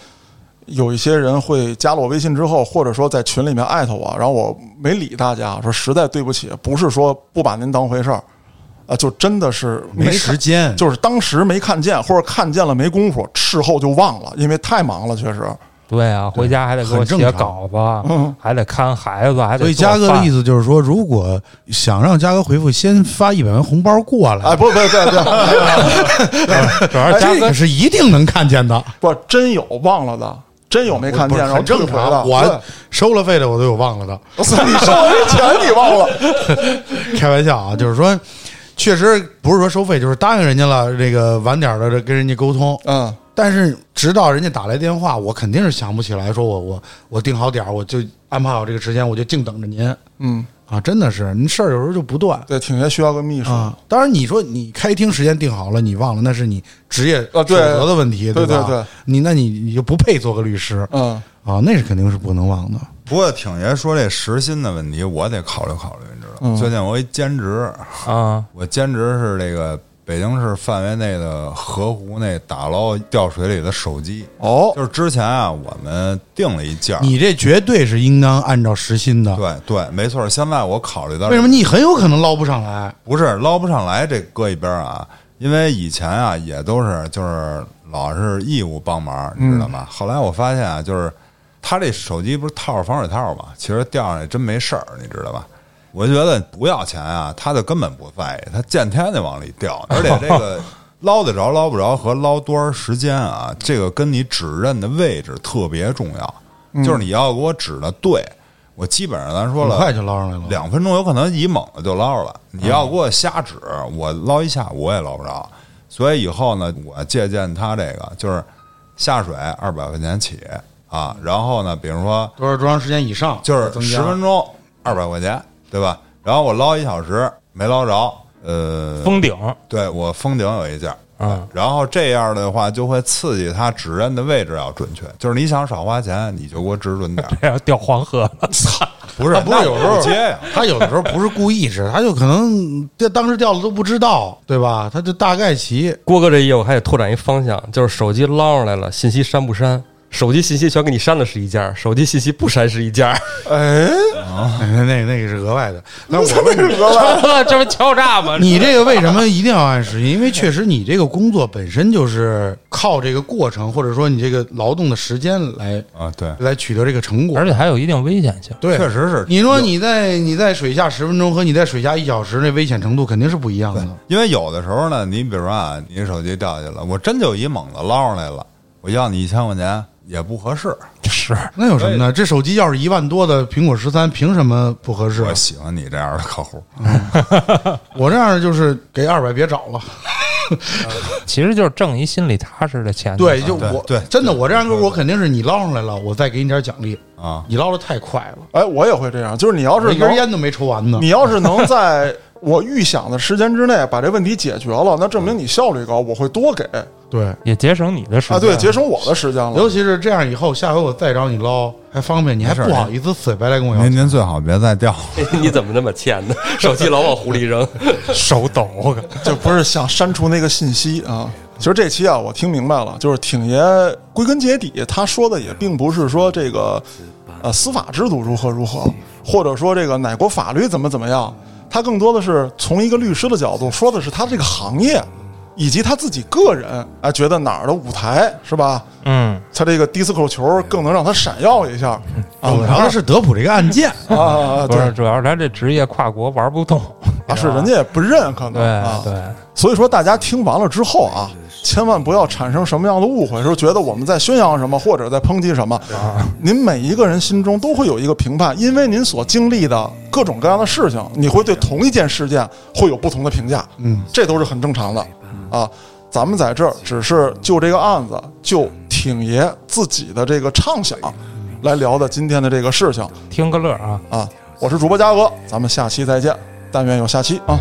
S4: 有一些人会加了我微信之后，或者说在群里面艾特我，然后我没理大家，说实在对不起，不是说不把您当回事儿，啊、就真的是
S1: 没
S4: 看
S1: 时间，
S4: 就是当时没看见，或者看见了没功夫，事后就忘了，因为太忙了，确实。
S2: 对啊，回家还得给我
S1: 很正
S2: 写
S1: 常嗯
S2: 稿子，还得看孩子，还得
S1: 所以
S2: 做
S1: 嘉哥的
S2: 饭
S1: 意思就是说，如果想让嘉哥回复，先发一百元红包过来，
S4: 哎，不不不不
S2: 主
S4: 哎
S2: 要是嘉
S1: 这
S2: 哥
S1: 个是一定能看见的。
S4: 不，真有忘了的，真有没看见，
S1: 不是
S4: 然后
S1: 很正
S4: 退回的。
S1: 常，我收了费的我都有忘了的。
S4: 对你收我这钱你忘了，
S1: 开玩笑啊，就是说，确实不是说收费，就是答应人家了，这个晚点儿的跟人家沟通。
S4: 嗯。
S1: 但是直到人家打来电话，我肯定是想不起来，说我我我定好点儿，我就安排好这个时间，我就静等着您
S4: 嗯，
S1: 啊！真的是，您事儿有时候就不断。
S4: 对，挺爷需要个秘书，
S1: 啊，当然你说你开厅时间定好了，你忘了那是你职业守
S4: 啊对
S1: 则的问题，
S4: 对
S1: 吧？
S4: 对对
S1: 你那你你就不配做个律师
S4: 嗯，
S1: 啊，那是肯定是不能忘的。
S5: 不过挺爷说这时薪的问题，我得考虑考虑，你知道吗？最近我一兼职，
S2: 啊，
S5: 我兼职是这个北京市范围内的河湖内打捞掉水里的手机。
S4: 哦，
S5: 就是之前啊，我们定了一价，
S1: 你这绝对是应当按照时薪的，
S5: 对对，没错。现在我考虑到
S1: 为什么你很有可能捞不上来？
S5: 不是捞不上来，这搁一边儿啊，因为以前啊也都是就是老是义务帮忙，你知道
S1: 嗯
S5: 吗？后来我发现啊，就是他这手机不是套着防水套嘛，其实掉上来真没事儿，你知道吧？我觉得不要钱啊，他就根本不在意，他见天就往里 掉，而且这个捞得着捞不着和捞多长时间啊，这个跟你指认的位置特别重要，就是你要给我指的对。我基本上咱说了，
S1: 很快就捞上来了
S5: 两分钟有可能一猛子就捞着了。你要给我瞎指，我捞一下午我也捞不着。所以以后呢，我借鉴他这个，就是下水二百块钱起啊，然后呢，比如说
S1: 多少多长时间以上？
S5: 就是
S1: 增
S5: 十
S1: 加
S5: 分钟二百块钱，对吧？然后我捞一小时没捞着，呃，
S2: 封顶
S5: 对我封顶有一件。啊，然后这样的话就会刺激他指认的位置要准确，就是你想少花钱，你就给我指准点儿，
S2: 这要掉黄河了，操！
S5: 不是？
S1: 啊不是
S5: 那
S1: 有
S5: 我
S1: 时候
S5: 接呀，
S1: 他有的时候不是故意是，他就可能这当时掉了都不知道，对吧？他就大概齐。
S3: 郭哥这业务还得拓展一方向，就是手机捞上来了，信息删不删？手机信息全给你删了是一件儿，手机信息不删是一件儿。
S4: 哎，
S1: 那那那个是额外的。那我
S4: 那是额 外。
S2: 这不敲诈吗？
S1: 你这个为什么一定要按时薪？因为确实你这个工作本身就是靠这个过程，或者说你这个劳动的时间来
S5: 啊，对，
S1: 来取得这个成果
S2: 而。且还有一定危险性。
S1: 对，
S5: 确实是
S1: 你说你在你在水下十分钟和你在水下一小时，那危险程度肯定是不一样的。
S5: 因为有的时候呢，你比如说啊，你手机掉下去了，我真就一猛子捞上来了，我要你一千块钱也不合适。
S2: 是，
S1: 那有什么呢？这手机要是一万多的苹果十三，凭什么不合适啊
S5: 我？喜欢你这样的客户，
S1: 我这样的就是给二百别找了。
S2: 其实就是挣一心里踏实的钱。
S1: 对，就
S5: 对
S1: 我
S5: 对
S1: 真的我这样
S5: 对
S1: 客户，我肯定是你捞上来了，我再给你点奖励
S5: 啊
S1: 你捞的太快了，
S4: 哎，我也会这样，就是你要
S1: 我
S4: 是
S1: 一根
S4: 能
S1: 烟都没抽完呢。
S4: 你要是能在我预想的时间之内把这问题解决了，那证明你效率高，我会多给啊。
S1: 对，
S5: 哦
S2: 也节省你的
S1: 啊
S2: 时间。
S4: 对，节省我的时间了
S1: 尤。其是这样，以后下回我再找你捞还方便，你还
S5: 没事儿
S1: 不好意思死白来跟我要
S5: 您。您最好别再掉了。
S3: 你怎么那么欠呢？手机老往湖里扔，
S2: 手抖。
S4: 就不是想删除那个信息啊。其实这期啊，我听明白了，就是挺爷归根结底，他说的也并不是说这个呃司法制度如何如何，或者说这个哪国法律怎么怎么样，他更多的是从一个律师的角度说的是他这个行业。以及他自己个人啊，觉得哪儿的舞台是吧？
S2: 嗯，
S4: 他这个迪斯科球更能让他闪耀一下啊！
S1: 主要的是德普这个案件，
S4: 啊啊，啊
S2: 不
S4: 对
S2: 是，主要是他这职业跨国玩不动。
S4: 啊，是人家也不认，可能
S2: 对
S4: 啊，
S2: 对，
S4: 所以说，大家听完了之后啊，千万不要产生什么样的误会，说觉得我们在宣扬什么或者在抨击什么。您每一个人心中都会有一个评判，因为您所经历的各种各样的事情，你会对同一件事件会有不同的评价。嗯，这都是很正常的啊。咱们在这儿只是就这个案子，就挺爷自己的这个畅想来聊的今天的这个事情
S2: 听个乐啊。
S4: 啊。我是主播嘉哥，咱们下期再见，但愿有下期啊。